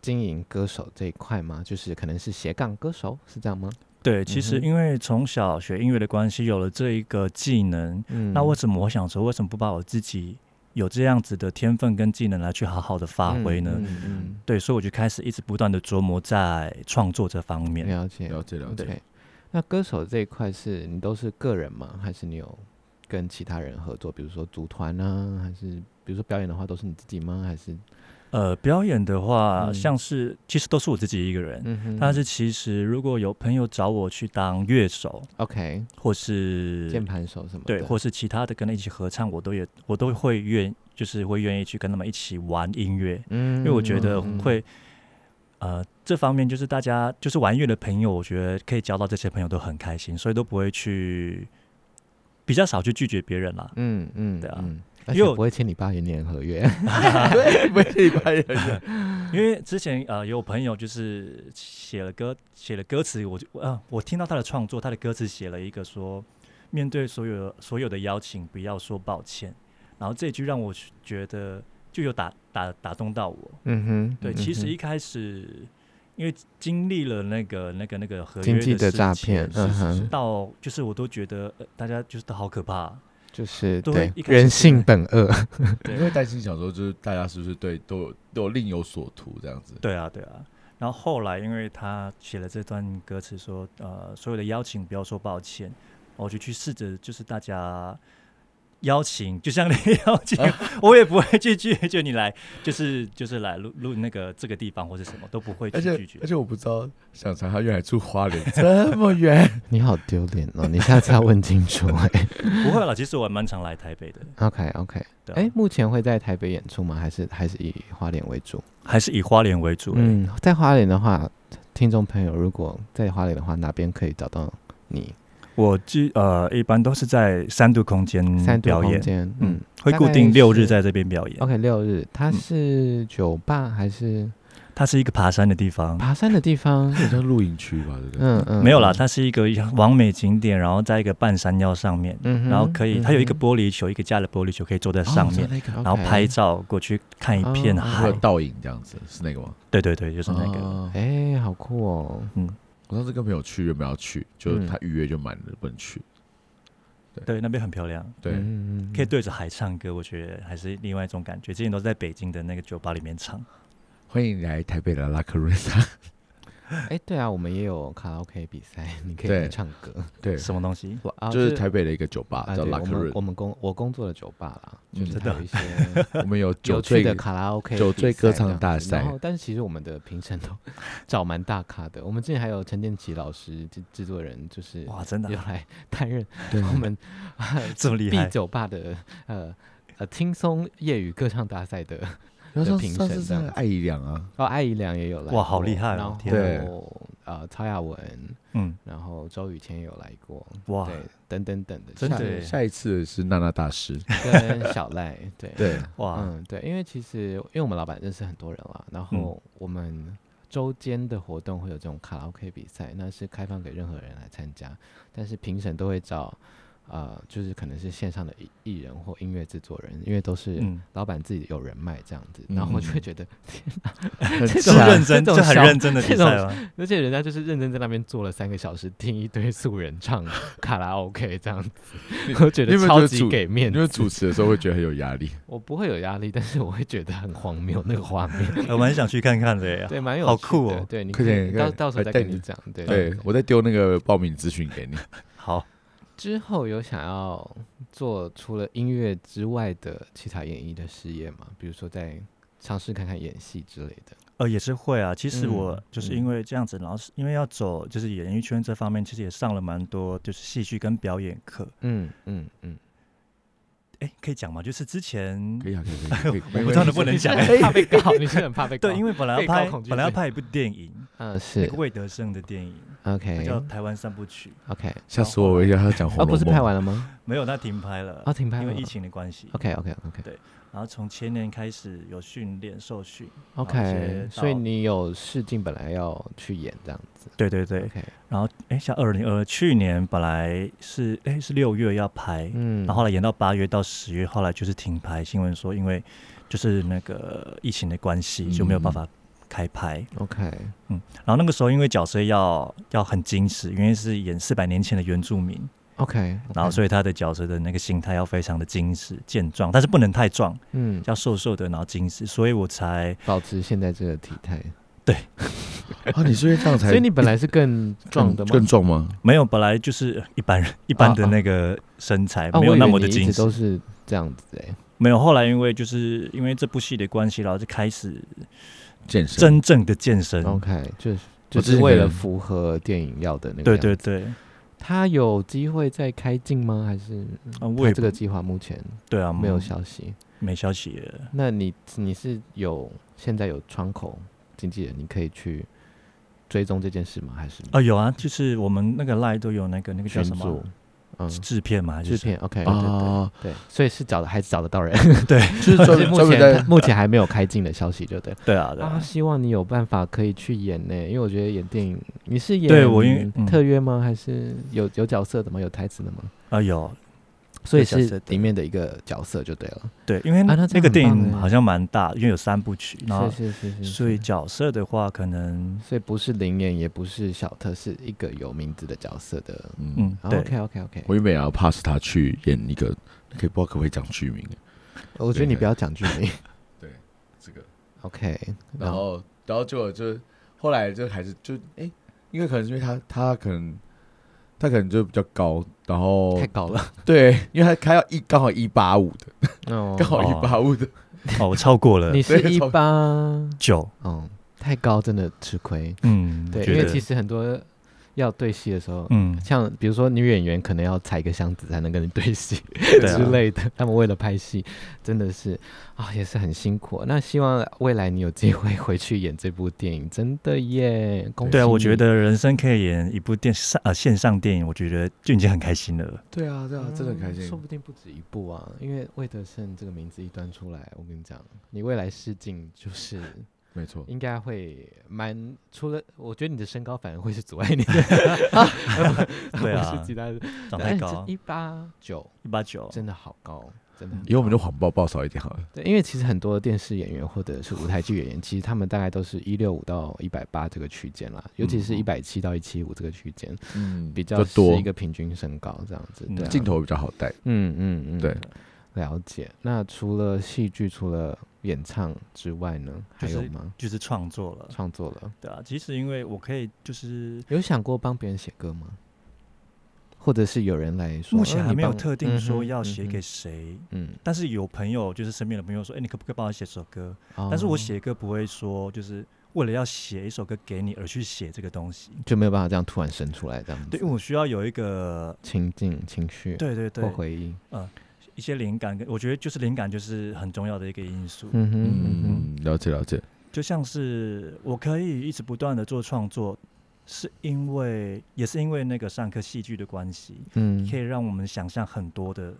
[SPEAKER 1] 经营歌手这一块吗？就是可能是斜杠歌手，是这样吗？
[SPEAKER 3] 对，其实
[SPEAKER 1] 嗯哼
[SPEAKER 3] 因为从小学音乐的关系，有了这一个技能，
[SPEAKER 1] 嗯
[SPEAKER 3] 那为什么我想说，为什么不把我自己有这样子的天分跟技能来去好好的发挥呢？
[SPEAKER 1] 嗯嗯
[SPEAKER 3] 对，所以我就开始一直不断的琢磨在创作这方
[SPEAKER 1] 嗯
[SPEAKER 3] 面。
[SPEAKER 1] 了解，
[SPEAKER 2] 了解了解，
[SPEAKER 1] 对。那歌手这一块是你都是个人吗？还是你有跟其他人合作？比如说组团啊，还是比如说表演的话，都是你自己吗？还是
[SPEAKER 3] 呃，表演的话，
[SPEAKER 1] 嗯
[SPEAKER 3] 像是其实都是我自己一个人，
[SPEAKER 1] 嗯哼
[SPEAKER 3] 但是其实如果有朋友找我去当乐手，
[SPEAKER 1] OK
[SPEAKER 3] 或是
[SPEAKER 1] 键盘手什么的？
[SPEAKER 3] 对，或是其他的跟他一起合唱，我都也我都会愿，就是会愿意去跟他们一起玩音乐，
[SPEAKER 1] 嗯，
[SPEAKER 3] 因为我觉得
[SPEAKER 1] 嗯嗯
[SPEAKER 3] 会，呃，这方面就是大家就是玩音乐的朋友，我觉得可以交到这些朋友都很开心，所以都不会去比较少去拒绝别人啦。
[SPEAKER 1] 嗯嗯，
[SPEAKER 3] 对啊
[SPEAKER 1] 嗯，而
[SPEAKER 3] 因为
[SPEAKER 1] 且
[SPEAKER 3] 我
[SPEAKER 1] 不会签你八元年合约。
[SPEAKER 2] 对，不是一般人，
[SPEAKER 3] 因为之前呃有朋友就是写了歌写了歌词，我就啊我听到他的创作，他的歌词写了一个说面对所有所有的邀请，不要说抱歉。然后这句让我觉得就有打打打动到我。
[SPEAKER 1] 嗯哼，
[SPEAKER 3] 对，
[SPEAKER 1] 嗯
[SPEAKER 3] 其实
[SPEAKER 1] 哼
[SPEAKER 3] 一开始因为经历了那个那个那个合约
[SPEAKER 1] 经济的
[SPEAKER 3] 事
[SPEAKER 1] 诈
[SPEAKER 3] 件
[SPEAKER 1] 骗，嗯
[SPEAKER 3] 是
[SPEAKER 1] 哼，
[SPEAKER 3] 到就是我都觉得、呃、大家就是都好可怕，
[SPEAKER 1] 就是
[SPEAKER 3] 对
[SPEAKER 1] 对
[SPEAKER 3] 一开始
[SPEAKER 1] 人
[SPEAKER 3] 是
[SPEAKER 1] 性本恶，
[SPEAKER 2] 因为担心想说，就是大家是不是对都有都有另有所图这样子？
[SPEAKER 3] 对啊，对啊。然后后来，因为他写了这段歌词说，呃，所有的邀请不要说抱歉，我就去试着就是大家邀请，就像你邀请，
[SPEAKER 1] 啊
[SPEAKER 3] 我也不会去拒绝你来，就是就是来录录那个这个地方或是什么都不会
[SPEAKER 2] 而
[SPEAKER 3] 去
[SPEAKER 2] 且
[SPEAKER 3] 拒绝
[SPEAKER 2] 而。且我不知道，想查他原来住花莲 这么 远，
[SPEAKER 1] 你好丢脸 哦！你下次要问清楚哎、
[SPEAKER 3] 不会啦，其实我还蛮常来台北的，
[SPEAKER 1] OK OK，
[SPEAKER 3] 对啊、
[SPEAKER 1] 哎、目前会在台北演出吗？还是还是以花莲为主？
[SPEAKER 3] 还是以花莲为主、嗯，
[SPEAKER 1] 嗯，在花莲的话，听众朋友如果在花莲的话，哪边可以找到你？
[SPEAKER 3] 我记呃一般都是在三度空间
[SPEAKER 1] 三度
[SPEAKER 3] 表
[SPEAKER 1] 空
[SPEAKER 3] 演，
[SPEAKER 1] 间，嗯
[SPEAKER 3] 嗯，会
[SPEAKER 1] 大
[SPEAKER 3] 固
[SPEAKER 1] 概
[SPEAKER 3] 定六
[SPEAKER 1] 是哦
[SPEAKER 3] 日在这边表演。
[SPEAKER 1] ，OK，六日，它
[SPEAKER 3] 嗯
[SPEAKER 1] 是酒吧还是
[SPEAKER 3] 它是一个爬山的地方，
[SPEAKER 1] 爬山的地方？
[SPEAKER 2] 很像露营区吧？对不对？
[SPEAKER 1] 嗯嗯，
[SPEAKER 3] 没有啦，
[SPEAKER 1] 嗯，
[SPEAKER 3] 它是一个完美景点，然后在一个半山腰上面，
[SPEAKER 1] 嗯哼
[SPEAKER 3] 然后可以，它有一个
[SPEAKER 1] 嗯
[SPEAKER 3] 玻璃球，一个架的玻璃球可以坐在上面，
[SPEAKER 2] 哦那个
[SPEAKER 1] 哼
[SPEAKER 3] 然后
[SPEAKER 1] OK
[SPEAKER 3] 拍照过去看一片
[SPEAKER 1] 哦
[SPEAKER 2] 还
[SPEAKER 3] 海
[SPEAKER 2] 有。倒影这样子，是那个吗？
[SPEAKER 3] 对对对，就是那个。
[SPEAKER 2] 哦
[SPEAKER 1] 哎、好酷哦！
[SPEAKER 2] 我上次跟朋友去，原本要去，就
[SPEAKER 1] 嗯
[SPEAKER 2] 他预约就满了，不能去。
[SPEAKER 3] 对，那边很漂亮，
[SPEAKER 2] 对，
[SPEAKER 1] 嗯嗯嗯
[SPEAKER 3] 可以对着海唱歌，我觉得还是另外一种感觉。之前都是在北京的那个酒吧里面唱，
[SPEAKER 2] 欢迎来台北的拉克瑞 娜。
[SPEAKER 1] 哎、对啊，我们也有卡拉 OK 比赛， 你可以
[SPEAKER 2] 对
[SPEAKER 1] 来唱歌，
[SPEAKER 2] 对，
[SPEAKER 3] 什么东西？
[SPEAKER 1] 啊
[SPEAKER 2] 就是台北的一个酒吧
[SPEAKER 1] 啊，
[SPEAKER 2] 叫
[SPEAKER 1] 对，
[SPEAKER 2] 拉
[SPEAKER 1] 我
[SPEAKER 2] 克
[SPEAKER 1] 们
[SPEAKER 2] 瑞
[SPEAKER 1] 我，们工我工作的酒吧啦，
[SPEAKER 2] 嗯
[SPEAKER 1] 就是
[SPEAKER 2] 真
[SPEAKER 1] 还
[SPEAKER 3] 的
[SPEAKER 1] 有一些
[SPEAKER 2] 我们有 酒
[SPEAKER 1] 有趣
[SPEAKER 2] 醉
[SPEAKER 1] 的卡拉 OK
[SPEAKER 2] 酒
[SPEAKER 1] 比
[SPEAKER 2] 醉
[SPEAKER 1] 赛
[SPEAKER 2] 歌
[SPEAKER 1] 这
[SPEAKER 2] 唱
[SPEAKER 1] 样
[SPEAKER 2] 大
[SPEAKER 1] 子
[SPEAKER 2] 赛
[SPEAKER 1] 然后，但是其实我们的评审都找蛮大咖的。我们之前还有陈建奇老师制制作人，就是
[SPEAKER 3] 哇，真的
[SPEAKER 1] 有
[SPEAKER 3] 啊、
[SPEAKER 1] 来担任
[SPEAKER 2] 对
[SPEAKER 1] 我们
[SPEAKER 3] 这么厉
[SPEAKER 1] B
[SPEAKER 3] 害！
[SPEAKER 1] 酒吧的呃呃轻松业余歌唱大赛的。
[SPEAKER 2] 然后
[SPEAKER 1] 的
[SPEAKER 2] 上
[SPEAKER 1] 评
[SPEAKER 2] 上
[SPEAKER 1] 审
[SPEAKER 2] 次
[SPEAKER 1] 这
[SPEAKER 2] 是
[SPEAKER 1] 样
[SPEAKER 2] 那个
[SPEAKER 1] 子
[SPEAKER 2] 艾怡良啊，
[SPEAKER 1] 哦，艾怡良也有来过，
[SPEAKER 3] 哇好厉害哦
[SPEAKER 1] 然
[SPEAKER 3] 天
[SPEAKER 2] 啊
[SPEAKER 1] 后呃，曹雅文，
[SPEAKER 3] 嗯，
[SPEAKER 1] 然后周雨谦也有来过，
[SPEAKER 3] 哇，
[SPEAKER 1] 对，等等等的，
[SPEAKER 3] 真的耶
[SPEAKER 2] 下一次是娜娜 大师，
[SPEAKER 1] 像跟小赖，对
[SPEAKER 2] 对，
[SPEAKER 3] 哇，
[SPEAKER 1] 嗯，对，因为其实因为我们老板认识很多人啦，然
[SPEAKER 3] 嗯
[SPEAKER 1] 后我们周间的活动会有这种卡拉 OK 比赛，那是开放给任何人来参加，但是评审都会找呃，就是可能是线上的艺艺人或音乐制作人，因为都是
[SPEAKER 3] 嗯，
[SPEAKER 1] 老板自己有人脉这样子，然后我就会
[SPEAKER 2] 嗯
[SPEAKER 1] 觉得，
[SPEAKER 2] 很
[SPEAKER 1] 这
[SPEAKER 3] 是
[SPEAKER 1] 种
[SPEAKER 2] 像
[SPEAKER 3] 认真，
[SPEAKER 1] 啊这
[SPEAKER 3] 这
[SPEAKER 1] 种
[SPEAKER 3] 很
[SPEAKER 1] 小
[SPEAKER 3] 认真的比
[SPEAKER 1] 这种
[SPEAKER 3] 赛 吗？
[SPEAKER 1] 而且人家就是认真在那边坐了三个小时，听一堆素人唱卡拉 OK 这样子，我觉
[SPEAKER 2] 你
[SPEAKER 1] 得
[SPEAKER 2] 有没有觉
[SPEAKER 1] 超
[SPEAKER 2] 得
[SPEAKER 1] 级
[SPEAKER 2] 主
[SPEAKER 1] 给面
[SPEAKER 2] 因为
[SPEAKER 1] 子。
[SPEAKER 2] 主持的时候会觉得很有压力，
[SPEAKER 1] 我不会有压力，但是我会觉得很荒谬那个画面。
[SPEAKER 3] 哎我蛮想去看看的呀。
[SPEAKER 1] 对，蛮有
[SPEAKER 3] 好
[SPEAKER 1] 趣
[SPEAKER 3] 酷
[SPEAKER 1] 的
[SPEAKER 3] 哦
[SPEAKER 1] 对，你
[SPEAKER 2] 快
[SPEAKER 1] 可以
[SPEAKER 2] 点快
[SPEAKER 1] 到
[SPEAKER 2] 点
[SPEAKER 1] 到时候
[SPEAKER 2] 来
[SPEAKER 1] 再
[SPEAKER 2] 带
[SPEAKER 1] 跟你
[SPEAKER 2] 你
[SPEAKER 1] 讲。对
[SPEAKER 2] 对我再丢那个报名资讯给你，
[SPEAKER 3] 好，
[SPEAKER 1] 之后有想要做除了音乐之外的其他演艺的事业吗？比如说在尝试看看演戏之类的。
[SPEAKER 3] 呃，也是会啊。其实我
[SPEAKER 1] 嗯
[SPEAKER 3] 就是
[SPEAKER 1] 嗯
[SPEAKER 3] 因为这样子，然后是因为要走就是演艺圈这方面，其实也上了蛮多就是戏剧跟表演课。
[SPEAKER 1] 嗯嗯嗯，
[SPEAKER 3] 哎，可以讲吗？就是之前
[SPEAKER 2] 可以啊，可以 可以，可以
[SPEAKER 3] 我不知道能不能
[SPEAKER 1] 你是
[SPEAKER 3] 讲。
[SPEAKER 1] 很怕被告，你是很怕被告。
[SPEAKER 3] 对，因为本来
[SPEAKER 1] 被
[SPEAKER 3] 要
[SPEAKER 1] 告
[SPEAKER 3] 拍
[SPEAKER 1] 恐惧
[SPEAKER 3] 本来要
[SPEAKER 1] 症
[SPEAKER 3] 拍一部电影，
[SPEAKER 1] 嗯
[SPEAKER 3] 那
[SPEAKER 1] 是
[SPEAKER 3] 个魏德胜的电影，它
[SPEAKER 1] OK
[SPEAKER 3] 叫《台湾三部曲
[SPEAKER 1] OK，
[SPEAKER 2] 吓死我！我以为他要讲《红
[SPEAKER 1] 哦
[SPEAKER 2] 楼
[SPEAKER 1] 不
[SPEAKER 2] 梦
[SPEAKER 1] 是》，拍完了吗？》，
[SPEAKER 3] 没有，它停拍了
[SPEAKER 1] 哦，，停拍
[SPEAKER 3] 因
[SPEAKER 1] 了
[SPEAKER 3] 为。疫情的关系。
[SPEAKER 1] OK OK OK
[SPEAKER 3] 然后从前年开始有训练受训。然后
[SPEAKER 1] OK，
[SPEAKER 3] 一些
[SPEAKER 1] 所以
[SPEAKER 3] 到
[SPEAKER 1] 你有试镜本来要去演这样子。
[SPEAKER 3] 对对对。
[SPEAKER 1] OK，
[SPEAKER 3] 然后哎，像二零二去年本来是哎是六月要拍，
[SPEAKER 1] 嗯，
[SPEAKER 3] 然后后来延到八月到十月，后来就是停拍。新闻说，因为就是那个疫情的关系，就没有
[SPEAKER 1] 嗯
[SPEAKER 3] 办法开拍。
[SPEAKER 1] OK，
[SPEAKER 3] 然后那个时候，因为角色要要很矜持，因为是演四百年前的原住民，
[SPEAKER 1] OK，
[SPEAKER 3] 然后所以他的角色的那个形态要非常的矜持、健壮，但是不能太壮，
[SPEAKER 1] 嗯，
[SPEAKER 3] 要瘦瘦的，然后矜持。所以我才
[SPEAKER 1] 保持现在这个体态，
[SPEAKER 2] 啊，你是因为这样才，
[SPEAKER 1] 所以你本来是更壮的吗？
[SPEAKER 2] 更壮吗？
[SPEAKER 3] 没有本来就是一般人一般的那个身材，
[SPEAKER 1] 啊，
[SPEAKER 3] 没有
[SPEAKER 1] 我以
[SPEAKER 3] 那
[SPEAKER 1] 为
[SPEAKER 3] 么的
[SPEAKER 1] 你一
[SPEAKER 3] 矜
[SPEAKER 1] 直
[SPEAKER 3] 持
[SPEAKER 1] 都。是这样子哎、
[SPEAKER 3] 没有后来因为就是因为这部戏的关系，然后就开始
[SPEAKER 2] 健身
[SPEAKER 3] 真正的健身。
[SPEAKER 1] OK，就是就
[SPEAKER 2] 我之
[SPEAKER 1] 是
[SPEAKER 2] 前
[SPEAKER 1] 为
[SPEAKER 2] 可
[SPEAKER 1] 了
[SPEAKER 2] 能
[SPEAKER 1] 符合电影要的那个。
[SPEAKER 3] 对对，对，
[SPEAKER 1] 他有机会再开镜吗？还是
[SPEAKER 3] 啊，我
[SPEAKER 1] 他
[SPEAKER 3] 也
[SPEAKER 1] 这个计划目前
[SPEAKER 3] 对啊，
[SPEAKER 1] 没有
[SPEAKER 3] 嗯
[SPEAKER 1] 消息？
[SPEAKER 3] 没消息了。
[SPEAKER 1] 那你你是有现在有窗口经纪人，你可以去追踪这件事吗？还是
[SPEAKER 3] 啊，有啊，就是我们那个 line 都有那个那个叫
[SPEAKER 1] 群
[SPEAKER 3] 什么啊
[SPEAKER 1] 组？嗯，
[SPEAKER 3] 是制片嘛？还
[SPEAKER 1] 制
[SPEAKER 3] 是哦
[SPEAKER 1] 片 OK，对对
[SPEAKER 2] 啊，
[SPEAKER 1] 对，所以是找的还是找得到人，
[SPEAKER 2] 就是 专
[SPEAKER 1] 只是
[SPEAKER 2] 门
[SPEAKER 1] 目
[SPEAKER 2] 专门
[SPEAKER 1] 前
[SPEAKER 2] 在
[SPEAKER 1] 目前还没有开镜的消息，对不对了？
[SPEAKER 3] 什么对啊，对
[SPEAKER 1] 啊，
[SPEAKER 3] 啊，
[SPEAKER 1] 希望你有办法可以去演呢、因为我觉得演电影，你是演
[SPEAKER 3] 对我因为嗯
[SPEAKER 1] 特约吗？还是有有角色的吗？有台词的吗？
[SPEAKER 3] 啊有，
[SPEAKER 1] 所以
[SPEAKER 3] 角色
[SPEAKER 1] 是
[SPEAKER 3] 的
[SPEAKER 1] 里面的一个角色就对了。
[SPEAKER 3] 对，因为
[SPEAKER 1] 啊那这样
[SPEAKER 3] 那个
[SPEAKER 1] 很
[SPEAKER 3] 电影
[SPEAKER 1] 棒欸
[SPEAKER 3] 好像蛮大，因为有三部曲，然后
[SPEAKER 1] 是是是是，
[SPEAKER 3] 啊所以
[SPEAKER 1] 是
[SPEAKER 3] 角色的话，可能
[SPEAKER 1] 所以不是灵眼，也不是小特，是一个有名字的角色的。
[SPEAKER 2] 嗯，
[SPEAKER 3] 嗯，对，
[SPEAKER 1] 啊 OK OK OK，
[SPEAKER 2] 我原本也要 pass 他去演一个，可以不知道可不可以讲剧名？
[SPEAKER 1] 我觉得你不要讲剧名。
[SPEAKER 2] 对，这个，
[SPEAKER 1] OK，
[SPEAKER 2] 然后然后结果就后来就还是就哎、因为可能是因为他他可能他可能就比较高，然后
[SPEAKER 1] 太高了，
[SPEAKER 2] 对，因为他他要一刚好一八五的，
[SPEAKER 1] 哦
[SPEAKER 2] 刚好一八五的，
[SPEAKER 3] 哦，我超过了
[SPEAKER 1] 你是
[SPEAKER 2] 对
[SPEAKER 1] 一
[SPEAKER 2] 超
[SPEAKER 1] 八，
[SPEAKER 3] 九，
[SPEAKER 1] 嗯，太高真的吃亏。
[SPEAKER 3] 嗯，
[SPEAKER 1] 对，
[SPEAKER 3] 我
[SPEAKER 1] 因
[SPEAKER 3] 觉
[SPEAKER 1] 为
[SPEAKER 3] 得
[SPEAKER 1] 其实很多要对戏的时候，
[SPEAKER 3] 嗯，
[SPEAKER 1] 像比如说女演员可能要踩一个箱子才能跟你对戏
[SPEAKER 3] 对 啊
[SPEAKER 1] 之类的，他们为了拍戏真的是啊、也是很辛苦。那希望未来你有机会回去演这部电影，真的耶！恭喜
[SPEAKER 3] 对啊，我
[SPEAKER 1] 你
[SPEAKER 3] 觉得人生可以演一部电上呃线上电影，我觉得就已经很开心了。
[SPEAKER 2] 对啊对啊，真的很开
[SPEAKER 1] 嗯
[SPEAKER 2] 心
[SPEAKER 1] 说。不定不止一部啊，因为魏德胜这个名字一端出来，我跟你讲，你未来试镜 就是
[SPEAKER 2] 没错，
[SPEAKER 1] 应该会蛮，除了我觉得你的身高反而会是阻碍你的，
[SPEAKER 3] 对啊
[SPEAKER 1] 不是其他的，
[SPEAKER 3] 长太高，
[SPEAKER 1] 哎一八九
[SPEAKER 3] 一八九，
[SPEAKER 1] 真的好高，真的很
[SPEAKER 2] 以后我们就谎报报少一点好了。
[SPEAKER 1] 对，因为其实很多电视演员或者是舞台剧演员，其实他们大概都是一六五到一百八这个区间啦，尤其是一百七到一七五这个区间，
[SPEAKER 2] 嗯
[SPEAKER 1] 比较是
[SPEAKER 2] 多
[SPEAKER 1] 一个平均身高这样子。
[SPEAKER 3] 嗯
[SPEAKER 1] 对啊、
[SPEAKER 2] 镜头比较好带。
[SPEAKER 1] 嗯嗯嗯，
[SPEAKER 2] 对，
[SPEAKER 1] 了解。那除了戏剧，除了演唱之外呢，还
[SPEAKER 3] 就是
[SPEAKER 1] 有吗？
[SPEAKER 3] 就是创作了。
[SPEAKER 1] 创作了，
[SPEAKER 3] 对啊，其实因为我可以就是
[SPEAKER 1] 有想过帮别人写歌吗？或者是有人来说，
[SPEAKER 3] 目前
[SPEAKER 1] 呃
[SPEAKER 3] 还
[SPEAKER 1] 你
[SPEAKER 3] 没有
[SPEAKER 1] 帮
[SPEAKER 3] 特定
[SPEAKER 1] 嗯
[SPEAKER 3] 说
[SPEAKER 1] 哼
[SPEAKER 3] 要
[SPEAKER 1] 嗯
[SPEAKER 3] 写给
[SPEAKER 1] 哼
[SPEAKER 3] 谁，
[SPEAKER 1] 嗯，
[SPEAKER 3] 但是有朋友就是身边的朋友说，哎、你可不可以帮我写首歌？但是我
[SPEAKER 1] 哦
[SPEAKER 3] 写歌不会说就是为了要写一首歌给你而去写这个东西，
[SPEAKER 1] 就没有办法这样突然生出来这样子，
[SPEAKER 3] 对，因为我需要有一个
[SPEAKER 1] 情境、情绪
[SPEAKER 3] 对对
[SPEAKER 1] 或
[SPEAKER 3] 对
[SPEAKER 1] 回忆，
[SPEAKER 3] 一些灵感，我觉得就是灵感就是很重要的一个因素。
[SPEAKER 1] 嗯哼嗯哼。
[SPEAKER 2] 嗯，了解了解。
[SPEAKER 3] 就像是我可以一直不断的做创作，是因为也是因为那个上课戏剧的关系，
[SPEAKER 1] 嗯
[SPEAKER 3] 可以让我们想象很多的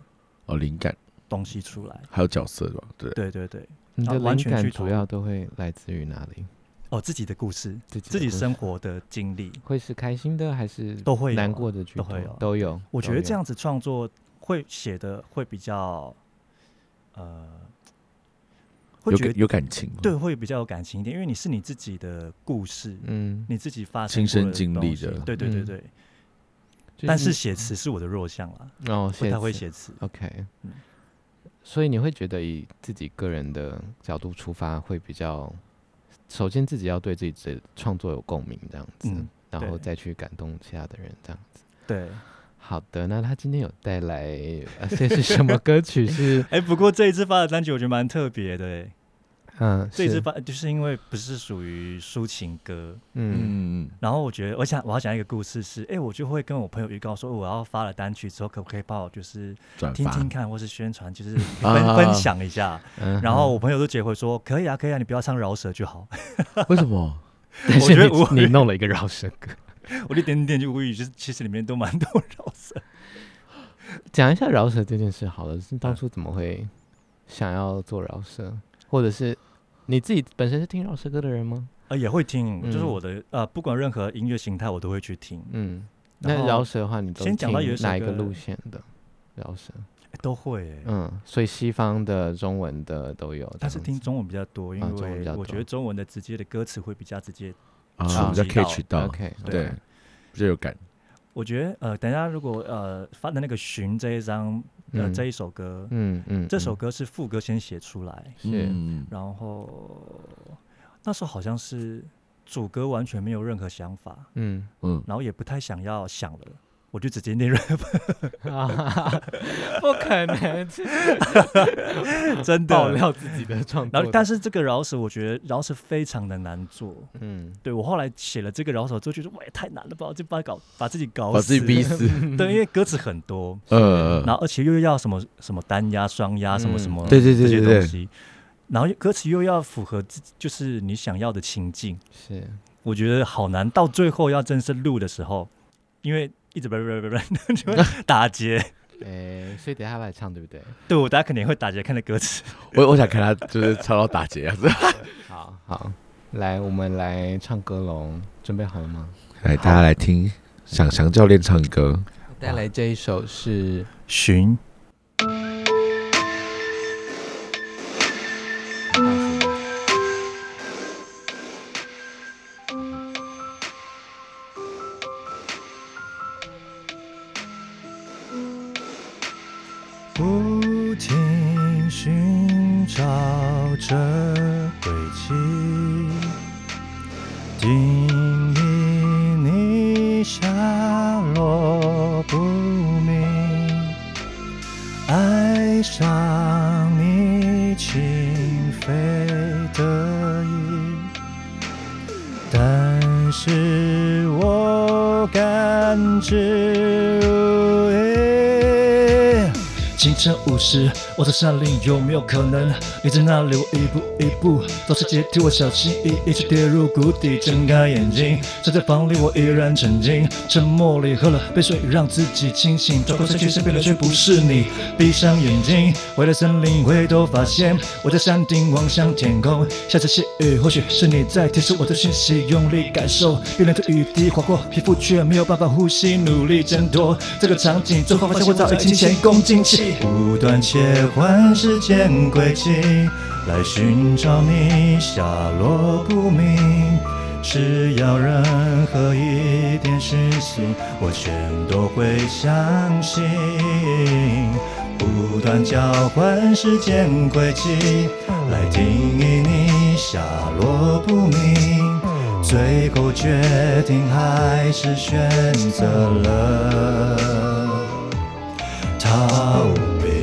[SPEAKER 2] 哦，灵感
[SPEAKER 3] 东西出来。
[SPEAKER 2] 还有角色吧，对。
[SPEAKER 3] 对对对，
[SPEAKER 1] 你
[SPEAKER 3] 啊
[SPEAKER 1] 的
[SPEAKER 3] 完
[SPEAKER 1] 灵
[SPEAKER 3] 全
[SPEAKER 1] 感
[SPEAKER 3] 去
[SPEAKER 1] 主
[SPEAKER 3] 投
[SPEAKER 1] 要都会来自于哪里？
[SPEAKER 3] 哦，自己的故事，
[SPEAKER 1] 自己
[SPEAKER 3] 自己
[SPEAKER 1] 的故
[SPEAKER 3] 生
[SPEAKER 1] 事
[SPEAKER 3] 活的经历
[SPEAKER 1] 会是开心的还是
[SPEAKER 3] 都会有
[SPEAKER 1] 难
[SPEAKER 3] 啊
[SPEAKER 1] 过的居
[SPEAKER 3] 都
[SPEAKER 1] 多？
[SPEAKER 3] 会有啊
[SPEAKER 1] 都有。
[SPEAKER 3] 我觉
[SPEAKER 1] 都
[SPEAKER 3] 得这
[SPEAKER 1] 有
[SPEAKER 3] 样子创作会写的会比较，呃，会
[SPEAKER 2] 有
[SPEAKER 3] 觉
[SPEAKER 2] 感嗯
[SPEAKER 3] 得
[SPEAKER 2] 有感情，
[SPEAKER 3] 对，会比较有感情一点，因为你是你自己的故事，
[SPEAKER 1] 嗯，
[SPEAKER 3] 你自己发
[SPEAKER 2] 亲
[SPEAKER 3] 生过
[SPEAKER 2] 身
[SPEAKER 3] 的
[SPEAKER 2] 经
[SPEAKER 3] 东
[SPEAKER 2] 历
[SPEAKER 3] 西
[SPEAKER 2] 的
[SPEAKER 3] 对对对
[SPEAKER 1] 嗯
[SPEAKER 3] 对。
[SPEAKER 1] 就
[SPEAKER 3] 但是写词是我的弱项
[SPEAKER 2] 嗯
[SPEAKER 3] 啦，
[SPEAKER 1] 哦，
[SPEAKER 3] 不
[SPEAKER 1] 写
[SPEAKER 3] 太会
[SPEAKER 1] 词。
[SPEAKER 3] 写词。
[SPEAKER 1] OK，
[SPEAKER 3] 嗯
[SPEAKER 1] 所以你会觉得以自己个人的角度出发会比较，首先自己要对自己的创作有共鸣这样子，
[SPEAKER 3] 嗯
[SPEAKER 1] 然后
[SPEAKER 3] 对
[SPEAKER 1] 再去感动其他的人这样子。
[SPEAKER 3] 对，
[SPEAKER 1] 好的，那他今天有带来呃， 这是什么歌曲？是
[SPEAKER 3] 哎、不过这一次发的单曲我觉得蛮特别的、欸，
[SPEAKER 1] 嗯，
[SPEAKER 3] 这一次
[SPEAKER 1] 是
[SPEAKER 3] 发就是因为不是属于抒情歌，
[SPEAKER 1] 嗯
[SPEAKER 2] 嗯，
[SPEAKER 3] 然后我觉得我想我要讲一个故事是，哎、我就会跟我朋友预告说我要发了单曲之后，可不可以帮我就是
[SPEAKER 2] 转
[SPEAKER 3] 听
[SPEAKER 2] 发
[SPEAKER 3] 听看，或是宣传，就是
[SPEAKER 2] 啊
[SPEAKER 3] 分分享一下。
[SPEAKER 1] 嗯
[SPEAKER 3] 然后我朋友就结婚说可以啊，可以啊，你不要唱饶舌就好。
[SPEAKER 2] 为什么？
[SPEAKER 1] 但
[SPEAKER 3] 我
[SPEAKER 1] 是
[SPEAKER 3] 觉得
[SPEAKER 1] 你
[SPEAKER 3] 我
[SPEAKER 1] 你弄了一个饶舌歌，
[SPEAKER 3] 我就点点就无语，就是其实里面都蛮多 饶舌。
[SPEAKER 1] 讲一下饶舌这件事好了，是当
[SPEAKER 3] 嗯
[SPEAKER 1] 初怎么会想要做饶舌，或者是你自己本身是听饶舌歌的人吗？
[SPEAKER 3] 呃，也会听，就是
[SPEAKER 1] 嗯
[SPEAKER 3] 我的呃，不管任何音乐形态，我都会去听，
[SPEAKER 1] 嗯，
[SPEAKER 3] 然
[SPEAKER 1] 那
[SPEAKER 3] 后
[SPEAKER 1] 饶舌的话，你都
[SPEAKER 3] 先讲到
[SPEAKER 1] 听
[SPEAKER 3] 有一首
[SPEAKER 1] 哪一个
[SPEAKER 3] 歌
[SPEAKER 1] 路线的饶舌？
[SPEAKER 3] 诶都会、欸。
[SPEAKER 1] 嗯，所以西方的、中文的都有。
[SPEAKER 3] 但是
[SPEAKER 1] 这样
[SPEAKER 3] 听
[SPEAKER 1] 子
[SPEAKER 3] 中文比较多，因
[SPEAKER 1] 啊中文比
[SPEAKER 3] 为
[SPEAKER 1] 较
[SPEAKER 3] 我
[SPEAKER 1] 多
[SPEAKER 3] 觉得中文的直接的歌词会比较直接。
[SPEAKER 2] 啊，
[SPEAKER 1] 触
[SPEAKER 2] 比较
[SPEAKER 3] 及到
[SPEAKER 2] catch 到，
[SPEAKER 1] OK，
[SPEAKER 3] 哦呃
[SPEAKER 2] 对，比较有感。
[SPEAKER 3] 我觉得呃，等一下如果呃发的那个《寻》这一张呃、
[SPEAKER 1] 嗯
[SPEAKER 3] 这一首歌，
[SPEAKER 1] 嗯嗯，
[SPEAKER 3] 这首
[SPEAKER 1] 嗯
[SPEAKER 3] 歌是副歌先写出来，
[SPEAKER 1] 是
[SPEAKER 2] 嗯
[SPEAKER 3] 然后那时候好像是主歌完全没有任何想法，
[SPEAKER 1] 嗯
[SPEAKER 2] 嗯，
[SPEAKER 3] 然后也不太想要想了，我就直接念 rap，
[SPEAKER 1] 啊，不可 能是
[SPEAKER 3] 真
[SPEAKER 1] 爆
[SPEAKER 3] 的。
[SPEAKER 1] 料自己的创作
[SPEAKER 3] 然
[SPEAKER 1] 的。
[SPEAKER 3] 后，但是这个饶舌，我觉得饶舌非常的难做。
[SPEAKER 1] 嗯，
[SPEAKER 3] 对我后来写了这个饶舌之后，觉得哇，也太难了吧，就把搞把自己搞死，
[SPEAKER 2] 把自己逼死，
[SPEAKER 3] 对，因为歌词很多，
[SPEAKER 2] 呃，
[SPEAKER 3] 然后而且又要什么什么单压、双压，什么什么，
[SPEAKER 2] 嗯对对
[SPEAKER 3] 这
[SPEAKER 2] 对
[SPEAKER 3] 些
[SPEAKER 2] 对
[SPEAKER 3] 东
[SPEAKER 2] 对，
[SPEAKER 3] 西。然后歌词又要符合自己，就是你想要的情境，
[SPEAKER 1] 是
[SPEAKER 3] 我觉得好难。到最后要正式录的时候，因为一直不不不不 就会打结，
[SPEAKER 1] 诶，所以等一下来唱对不对？
[SPEAKER 3] 对我大家肯定会打结看的歌词。
[SPEAKER 2] 我我想看他就是唱到打啊结样子。
[SPEAKER 1] 好好，来，我们来唱歌喽，准备好了吗？
[SPEAKER 2] 来，大家来听想翔教练唱歌，
[SPEAKER 1] 带来这一首是
[SPEAKER 3] 寻不停寻找着轨迹，定义你下落不明，爱上你轻飞的翼，但是我感知哎无意。清晨五时，我在山林，有没有可能你在那里？我一步一步走下阶梯，我小心翼翼去跌入谷底。睁开眼睛，站在房里，我依然沉浸。沉默里喝了杯水，让自己清醒。转过身去，身边的却不是你。闭上眼睛，回到森林，回头发现我在山顶望向天空。下着细雨，或许是你在提示我的讯息，用力感受冰冷的雨滴划过皮肤，却没有办法呼吸，努力挣脱这个场景。最后发现我早已经前功尽弃，不断切换时间轨迹，来寻找你下落不明。只要任何一点讯息，我全都会相信。不断交换时间轨迹，来定义你下落不明。最后决定还是选择了逃避。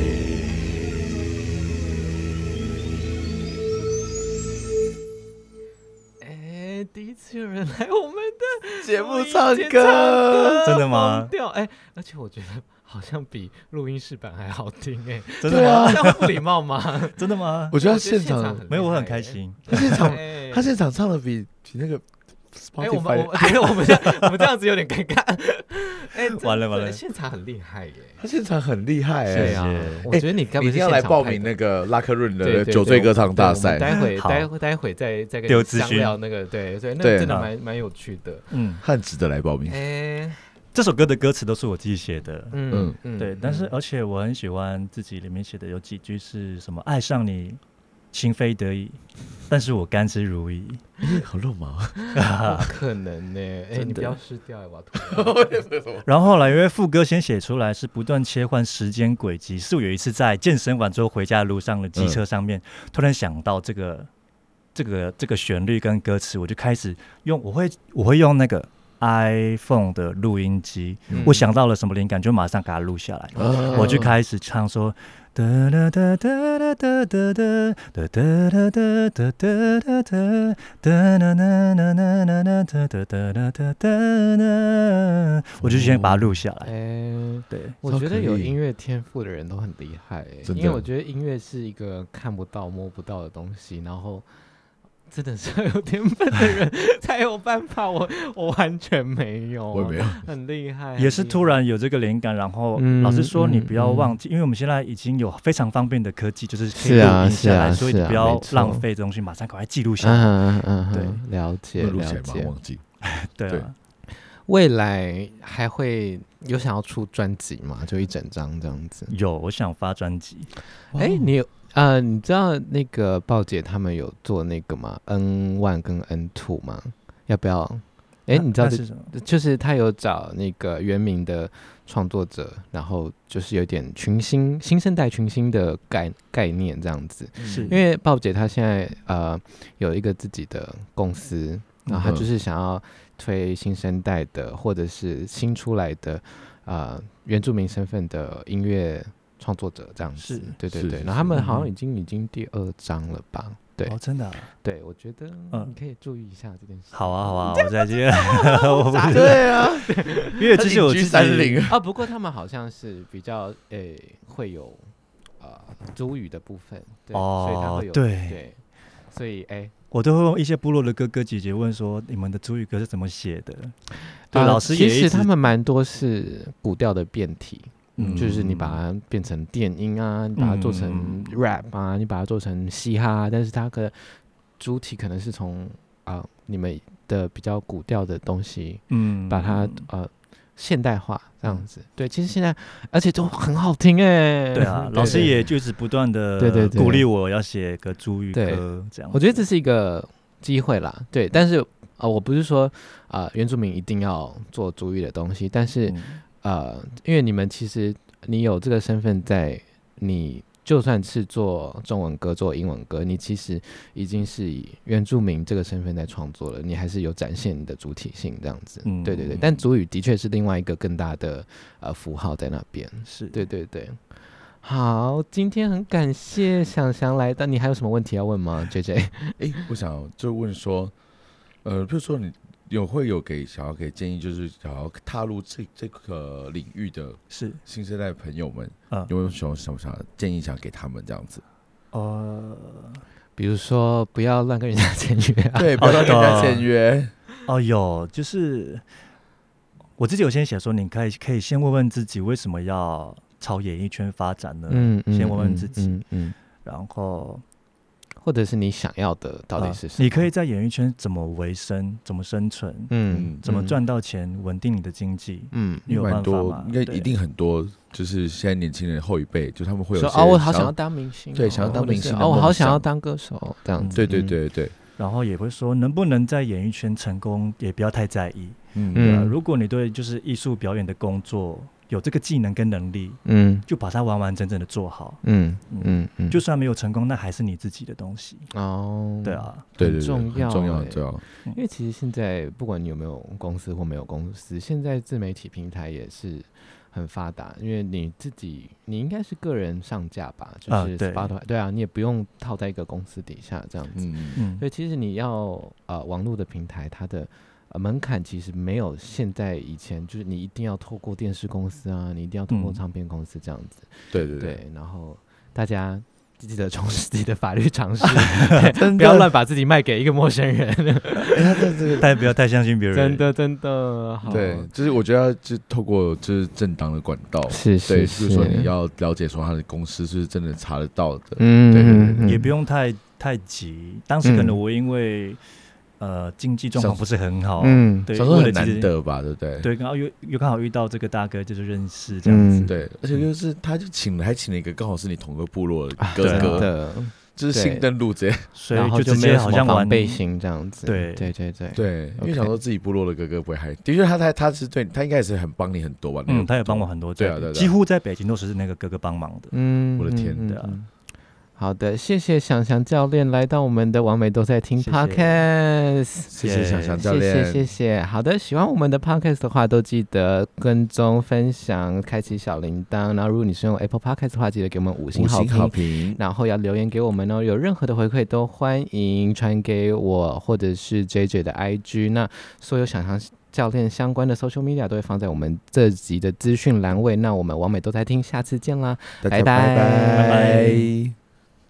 [SPEAKER 1] 哎，第一次有人来我们的
[SPEAKER 2] 节目
[SPEAKER 1] 录音
[SPEAKER 2] 唱
[SPEAKER 1] 间
[SPEAKER 2] 歌
[SPEAKER 3] 真的吗
[SPEAKER 1] 疯掉哎，而且我觉得好像比录音室版还好听哎，
[SPEAKER 3] 真的吗？
[SPEAKER 1] 这样会不礼貌吗？
[SPEAKER 3] 真的吗？
[SPEAKER 2] 啊 我觉得他
[SPEAKER 1] 我觉得
[SPEAKER 2] 现场，
[SPEAKER 1] 很
[SPEAKER 3] 没有，我
[SPEAKER 1] 厉
[SPEAKER 3] 很
[SPEAKER 1] 害
[SPEAKER 3] 开
[SPEAKER 1] 哎。
[SPEAKER 3] 心。
[SPEAKER 2] 他现场，
[SPEAKER 1] 哎
[SPEAKER 2] 他现场唱的比比那个
[SPEAKER 1] 哎，我
[SPEAKER 2] Spotify
[SPEAKER 1] 们我 们哎我们这样我们这样子有点尴尬。 哎，这
[SPEAKER 3] 完了完
[SPEAKER 1] 这
[SPEAKER 3] 了
[SPEAKER 1] 现场很厉害耶。
[SPEAKER 2] 他现场很厉害哎、
[SPEAKER 3] 谢
[SPEAKER 1] 对
[SPEAKER 3] 谢
[SPEAKER 1] 啊，我觉得你该不
[SPEAKER 2] 一
[SPEAKER 1] 是
[SPEAKER 2] 定要来
[SPEAKER 1] 现场
[SPEAKER 2] 报
[SPEAKER 1] 拍
[SPEAKER 2] 名
[SPEAKER 1] 的
[SPEAKER 2] 那个拉克润
[SPEAKER 1] 对对
[SPEAKER 2] 的
[SPEAKER 1] 对
[SPEAKER 2] 酒醉歌唱大赛
[SPEAKER 1] 对我。们待会
[SPEAKER 3] 好
[SPEAKER 1] 待会待会再再跟
[SPEAKER 3] 丢
[SPEAKER 1] 你
[SPEAKER 3] 资
[SPEAKER 1] 商
[SPEAKER 3] 讯
[SPEAKER 1] 聊那个，对对，那
[SPEAKER 2] 对
[SPEAKER 1] 个真的
[SPEAKER 3] 好
[SPEAKER 1] 蛮蛮有趣的。
[SPEAKER 3] 嗯，
[SPEAKER 2] 很值得来报名。
[SPEAKER 1] 哎，
[SPEAKER 3] 这首歌的歌词都是我自己写的。
[SPEAKER 1] 嗯
[SPEAKER 2] 嗯
[SPEAKER 1] 嗯，
[SPEAKER 3] 对，但是而且我很喜欢自己里面写的有几句是什么？爱上你，情非得已，但是我甘之如饴。
[SPEAKER 2] 哎好肉麻，
[SPEAKER 1] 不嗯可能呢、哎、
[SPEAKER 3] 真
[SPEAKER 1] 你不
[SPEAKER 3] 的
[SPEAKER 1] 要失掉、哎，我要吐
[SPEAKER 3] 然后后来因为副歌先写出来是不断切换时间轨迹，是我有一次在健身完之后回家的路上的机车上面，突然想到这个这个这个旋律跟歌词，我就开始用，我会我会用那个 iPhone 的录音机，
[SPEAKER 1] 嗯
[SPEAKER 3] 我想到了什么灵感就马上给它录下来。
[SPEAKER 2] 啊
[SPEAKER 3] 我就开始唱说。哒哒哒哒哒哒哒哒哒哒哒哒哒哒哒哒哒啦啦啦啦啦啦哒哒哒哒哒哒啦，我就先把它录下
[SPEAKER 1] 哎、
[SPEAKER 3] 来。对，
[SPEAKER 1] 我
[SPEAKER 2] 超
[SPEAKER 1] 觉
[SPEAKER 2] 可
[SPEAKER 1] 得有
[SPEAKER 2] 以
[SPEAKER 1] 音乐天赋的人都很厉害、哎
[SPEAKER 2] 真的
[SPEAKER 1] 因为我觉得音乐是一个看不到、摸不到的东西，然后真的是要有天分的 人才有办法。我我完全没有，啊
[SPEAKER 2] 我也没有，
[SPEAKER 1] 很厉害，
[SPEAKER 3] 也是
[SPEAKER 1] 很厉
[SPEAKER 3] 突
[SPEAKER 1] 害。
[SPEAKER 3] 然有这个灵感，然后
[SPEAKER 1] 嗯
[SPEAKER 3] 老师说你
[SPEAKER 1] 嗯
[SPEAKER 3] 不要
[SPEAKER 1] 嗯
[SPEAKER 3] 忘记，因为我们现在已经有非常方便的科技，就是可
[SPEAKER 1] 是
[SPEAKER 3] 以
[SPEAKER 1] 啊
[SPEAKER 3] 录音
[SPEAKER 1] 是
[SPEAKER 3] 下来，
[SPEAKER 1] 啊
[SPEAKER 3] 所以你
[SPEAKER 1] 是啊
[SPEAKER 3] 不要
[SPEAKER 1] 没错
[SPEAKER 3] 浪费这东西，马上赶快记录下来。
[SPEAKER 1] 嗯嗯嗯，
[SPEAKER 3] 对
[SPEAKER 1] 嗯了解
[SPEAKER 2] 那录起
[SPEAKER 1] 了
[SPEAKER 2] 来吗？
[SPEAKER 1] 解。
[SPEAKER 2] 忘记。
[SPEAKER 3] 对
[SPEAKER 2] 对
[SPEAKER 3] 啊，
[SPEAKER 1] 未来还会有想要出专辑吗？就一整张这样子。
[SPEAKER 3] 有我想发专辑，
[SPEAKER 1] 哎、你有呃，你知道那个鲍姐他们有做那个吗？N one 跟 N two 吗？要不要？哎、
[SPEAKER 3] 那
[SPEAKER 1] 你知道
[SPEAKER 3] 那
[SPEAKER 1] 这
[SPEAKER 3] 是什么？
[SPEAKER 1] 就是他有找那个原名的创作者，然后就是有点群星新生代群星的概概念这样子。
[SPEAKER 3] 是
[SPEAKER 1] 嗯因为鲍姐她现在呃有一个自己的公司，然后她
[SPEAKER 2] 嗯
[SPEAKER 1] 就是想要推新生代的或者是新出来的呃原住民身份的音乐创作者这样子
[SPEAKER 3] 是，
[SPEAKER 1] 对对
[SPEAKER 2] 是
[SPEAKER 1] 对。
[SPEAKER 2] 是
[SPEAKER 1] 然后他们
[SPEAKER 3] 是
[SPEAKER 1] 好像
[SPEAKER 3] 嗯
[SPEAKER 1] 已经已经第二章了吧？对
[SPEAKER 3] 哦，真的啊，
[SPEAKER 1] 对，我觉得
[SPEAKER 3] 嗯
[SPEAKER 1] 你可以注意一下这件事。
[SPEAKER 3] 好啊，好啊，我再见。 我不知 道
[SPEAKER 2] 对啊，
[SPEAKER 3] 因为这是我自己
[SPEAKER 2] 三零，
[SPEAKER 1] 啊，不过他们好像是比较诶、会有呃主语的部分，对，所以他
[SPEAKER 3] 哦
[SPEAKER 1] 会有
[SPEAKER 3] 对
[SPEAKER 1] 对，所以诶。
[SPEAKER 3] 我都会问一些部落的哥哥姐姐问说，你们的主语歌是怎么写的？对，
[SPEAKER 1] 呃
[SPEAKER 3] 老师
[SPEAKER 1] 其
[SPEAKER 3] 也一
[SPEAKER 1] 实他
[SPEAKER 3] 直
[SPEAKER 1] 们蛮多是古调的变体，
[SPEAKER 3] 嗯
[SPEAKER 1] 就是你把它变成电音啊，你把它做成
[SPEAKER 3] 嗯
[SPEAKER 1] rap 啊，你把它做成嘻哈、啊，但是它的主体可能是从啊、你们的比较古调的东西，
[SPEAKER 3] 嗯
[SPEAKER 1] 把它、呃现代化这样子。对，其实现在而且都很好听哎、
[SPEAKER 3] 对啊，老师也就是不断的
[SPEAKER 1] 对对对
[SPEAKER 3] 鼓励我要写个主语
[SPEAKER 1] 对
[SPEAKER 3] 歌这样。
[SPEAKER 1] 我觉得这是一个机会啦，对，但是。啊、我不是说啊、呃原住民一定要做主语的东西，但是
[SPEAKER 3] 嗯
[SPEAKER 1] 呃，因为你们其实你有这个身份在你就算是做中文歌、做英文歌，你其实已经是以原住民这个身份在创作了，你还是有展现你的主体性这样子。
[SPEAKER 3] 嗯
[SPEAKER 1] 对对对，但主语的确是另外一个更大的呃符号在那边。
[SPEAKER 3] 是
[SPEAKER 1] 对对对。好，今天很感谢想想来到，你还有什么问题要问吗？J J，
[SPEAKER 2] 哎、我想就问说，呃，比如说你有会有给想要给建议，就是想要踏入这这个领域的
[SPEAKER 3] 是
[SPEAKER 2] 新生代朋友们，
[SPEAKER 3] 嗯
[SPEAKER 2] 有没有什么想不想建议想给他们这样 子？
[SPEAKER 3] 呃
[SPEAKER 1] 比如说不要乱跟人家签约啊。
[SPEAKER 2] 对，不要跟人家
[SPEAKER 3] 哦
[SPEAKER 2] 签约。
[SPEAKER 3] 哦有就是我自己有先写说，你可以可以先问问自己为什么要朝演艺圈发展呢？
[SPEAKER 1] 嗯，嗯
[SPEAKER 3] 先问问自
[SPEAKER 1] 嗯
[SPEAKER 3] 己
[SPEAKER 1] 嗯，嗯
[SPEAKER 3] 然后
[SPEAKER 1] 或者是你想要的到底
[SPEAKER 3] 呃
[SPEAKER 1] 是什么？
[SPEAKER 3] 你可以在演艺圈怎么维生，怎么生存，
[SPEAKER 1] 嗯，
[SPEAKER 3] 怎么赚到钱，稳定你的经济。
[SPEAKER 1] 嗯？
[SPEAKER 3] 你有办
[SPEAKER 2] 蛮
[SPEAKER 3] 法
[SPEAKER 2] 多
[SPEAKER 3] 吗，？
[SPEAKER 2] 应该
[SPEAKER 3] 对
[SPEAKER 2] 一定很多，就是现在年轻人后一辈，就他们会
[SPEAKER 1] 嗯，
[SPEAKER 2] 有
[SPEAKER 1] 说
[SPEAKER 2] 一些
[SPEAKER 1] 哦，我好想
[SPEAKER 2] 想
[SPEAKER 1] 要，当明星哦，
[SPEAKER 2] 对想要当
[SPEAKER 1] 或者
[SPEAKER 2] 明
[SPEAKER 1] 是
[SPEAKER 2] 星的
[SPEAKER 1] 哦，我好
[SPEAKER 2] 梦
[SPEAKER 1] 想要
[SPEAKER 2] 想
[SPEAKER 1] 当歌手，这样
[SPEAKER 3] 嗯
[SPEAKER 1] 子。
[SPEAKER 2] 对对
[SPEAKER 1] 嗯，
[SPEAKER 2] 对对，
[SPEAKER 3] 然后也会说，能不能在演艺圈成功，也不要太在意。
[SPEAKER 2] 嗯
[SPEAKER 1] 嗯
[SPEAKER 2] 嗯，
[SPEAKER 3] 对啊，如果你对就是艺术表演的工作有这个技能跟能力，
[SPEAKER 1] 嗯
[SPEAKER 3] 就把它完完整整的做好。
[SPEAKER 1] 嗯
[SPEAKER 3] 嗯
[SPEAKER 1] 嗯嗯，
[SPEAKER 3] 就算没有成功，那还是你自己的东西。
[SPEAKER 2] 嗯
[SPEAKER 1] 哦，
[SPEAKER 3] 对，啊，
[SPEAKER 2] 对对
[SPEAKER 1] 很
[SPEAKER 2] 对，
[SPEAKER 1] 重
[SPEAKER 2] 很
[SPEAKER 1] 要
[SPEAKER 2] 重要，
[SPEAKER 1] 欸
[SPEAKER 2] 很重要。
[SPEAKER 1] 因为其实现在不管你有没有公司或没有公司，现在自媒体平台也是很发达，因为你自己你应该是个人上架吧，就
[SPEAKER 3] 啊
[SPEAKER 1] 是
[SPEAKER 3] 对
[SPEAKER 1] Spotify，对啊，你也不用套在一个公司底下这样子。
[SPEAKER 2] 嗯，
[SPEAKER 3] 嗯
[SPEAKER 1] 所，以其实你要呃网络的平台，它的、呃、门槛其实没有现在以前，就是你一定要透过电视公司啊，你一定要透过
[SPEAKER 3] 嗯
[SPEAKER 1] 唱片公司这样子。
[SPEAKER 2] 对对对，
[SPEAKER 1] 对，然后大家。记得重视自己 的 法律常识，对不要乱把自己卖给一个陌生人。
[SPEAKER 2] 哎，他这这个
[SPEAKER 3] 但不要太相信别人。
[SPEAKER 1] 真，的，真的，好
[SPEAKER 2] 对，就是我觉得要就透过就是正当的管道，
[SPEAKER 1] 是是，
[SPEAKER 2] 对，就是是说你要了解说他的公司是真的查得到的，
[SPEAKER 1] 嗯，
[SPEAKER 2] 对对对
[SPEAKER 1] 嗯
[SPEAKER 3] 也不用太太急。当时可
[SPEAKER 2] 嗯
[SPEAKER 3] 能我因为、呃经济状况
[SPEAKER 2] 想
[SPEAKER 3] 不是很好，
[SPEAKER 1] 嗯，
[SPEAKER 3] 对，
[SPEAKER 2] 小时候
[SPEAKER 3] 为
[SPEAKER 2] 很
[SPEAKER 3] 了其
[SPEAKER 2] 难
[SPEAKER 3] 实，
[SPEAKER 2] 得吧，对不对？
[SPEAKER 3] 对，刚好又又刚好遇到这个大哥，就是认识这样子。
[SPEAKER 1] 嗯
[SPEAKER 2] 对，而且就是他就请了，还请了一个刚好是你同个部落的
[SPEAKER 1] 啊
[SPEAKER 2] 哥
[SPEAKER 3] 对啊
[SPEAKER 1] 真
[SPEAKER 2] 哥，
[SPEAKER 1] 的，
[SPEAKER 2] 就是新登陆这样，
[SPEAKER 3] 所
[SPEAKER 1] 然
[SPEAKER 3] 以
[SPEAKER 1] 后
[SPEAKER 3] 直
[SPEAKER 1] 没
[SPEAKER 3] 接
[SPEAKER 1] 有
[SPEAKER 3] 好像玩
[SPEAKER 1] 背心这样子，
[SPEAKER 3] 对
[SPEAKER 1] 对对对，
[SPEAKER 2] 对，因
[SPEAKER 1] OK
[SPEAKER 2] 为想说自己部落的哥哥不会害，的确他他他是对他应该也是很帮你很多吧，那
[SPEAKER 3] 嗯，
[SPEAKER 2] 个
[SPEAKER 3] 他也帮我很多，
[SPEAKER 2] 对啊对啊对啊
[SPEAKER 3] 几乎在北京都是那个哥哥帮忙的。
[SPEAKER 1] 嗯，
[SPEAKER 2] 我的天
[SPEAKER 1] 嗯
[SPEAKER 3] 对啊
[SPEAKER 1] 嗯好的，谢谢想想教练来到我们的完美都在听
[SPEAKER 3] 谢谢
[SPEAKER 1] Podcast。
[SPEAKER 2] 谢谢想想教
[SPEAKER 1] 谢
[SPEAKER 2] 练，
[SPEAKER 1] 谢谢谢，好的，喜欢我们的 podcast 的话，都记得跟踪、分享、开启小铃铛。然后，如果你是用 Apple Podcast 的话，记得给我们五星
[SPEAKER 2] 五
[SPEAKER 1] 好
[SPEAKER 2] 星好
[SPEAKER 1] 评。
[SPEAKER 2] 评，
[SPEAKER 1] 然后要留言给我们哦，有任何的回馈都欢迎传给我或者是 J J 的 I G。那所有想象教练相关的 social media 都会放在我们这集的资讯栏位。那我们完美都在听，下次见啦。
[SPEAKER 2] 大
[SPEAKER 1] 拜
[SPEAKER 2] 家
[SPEAKER 1] 拜
[SPEAKER 2] 拜
[SPEAKER 3] 拜
[SPEAKER 2] 拜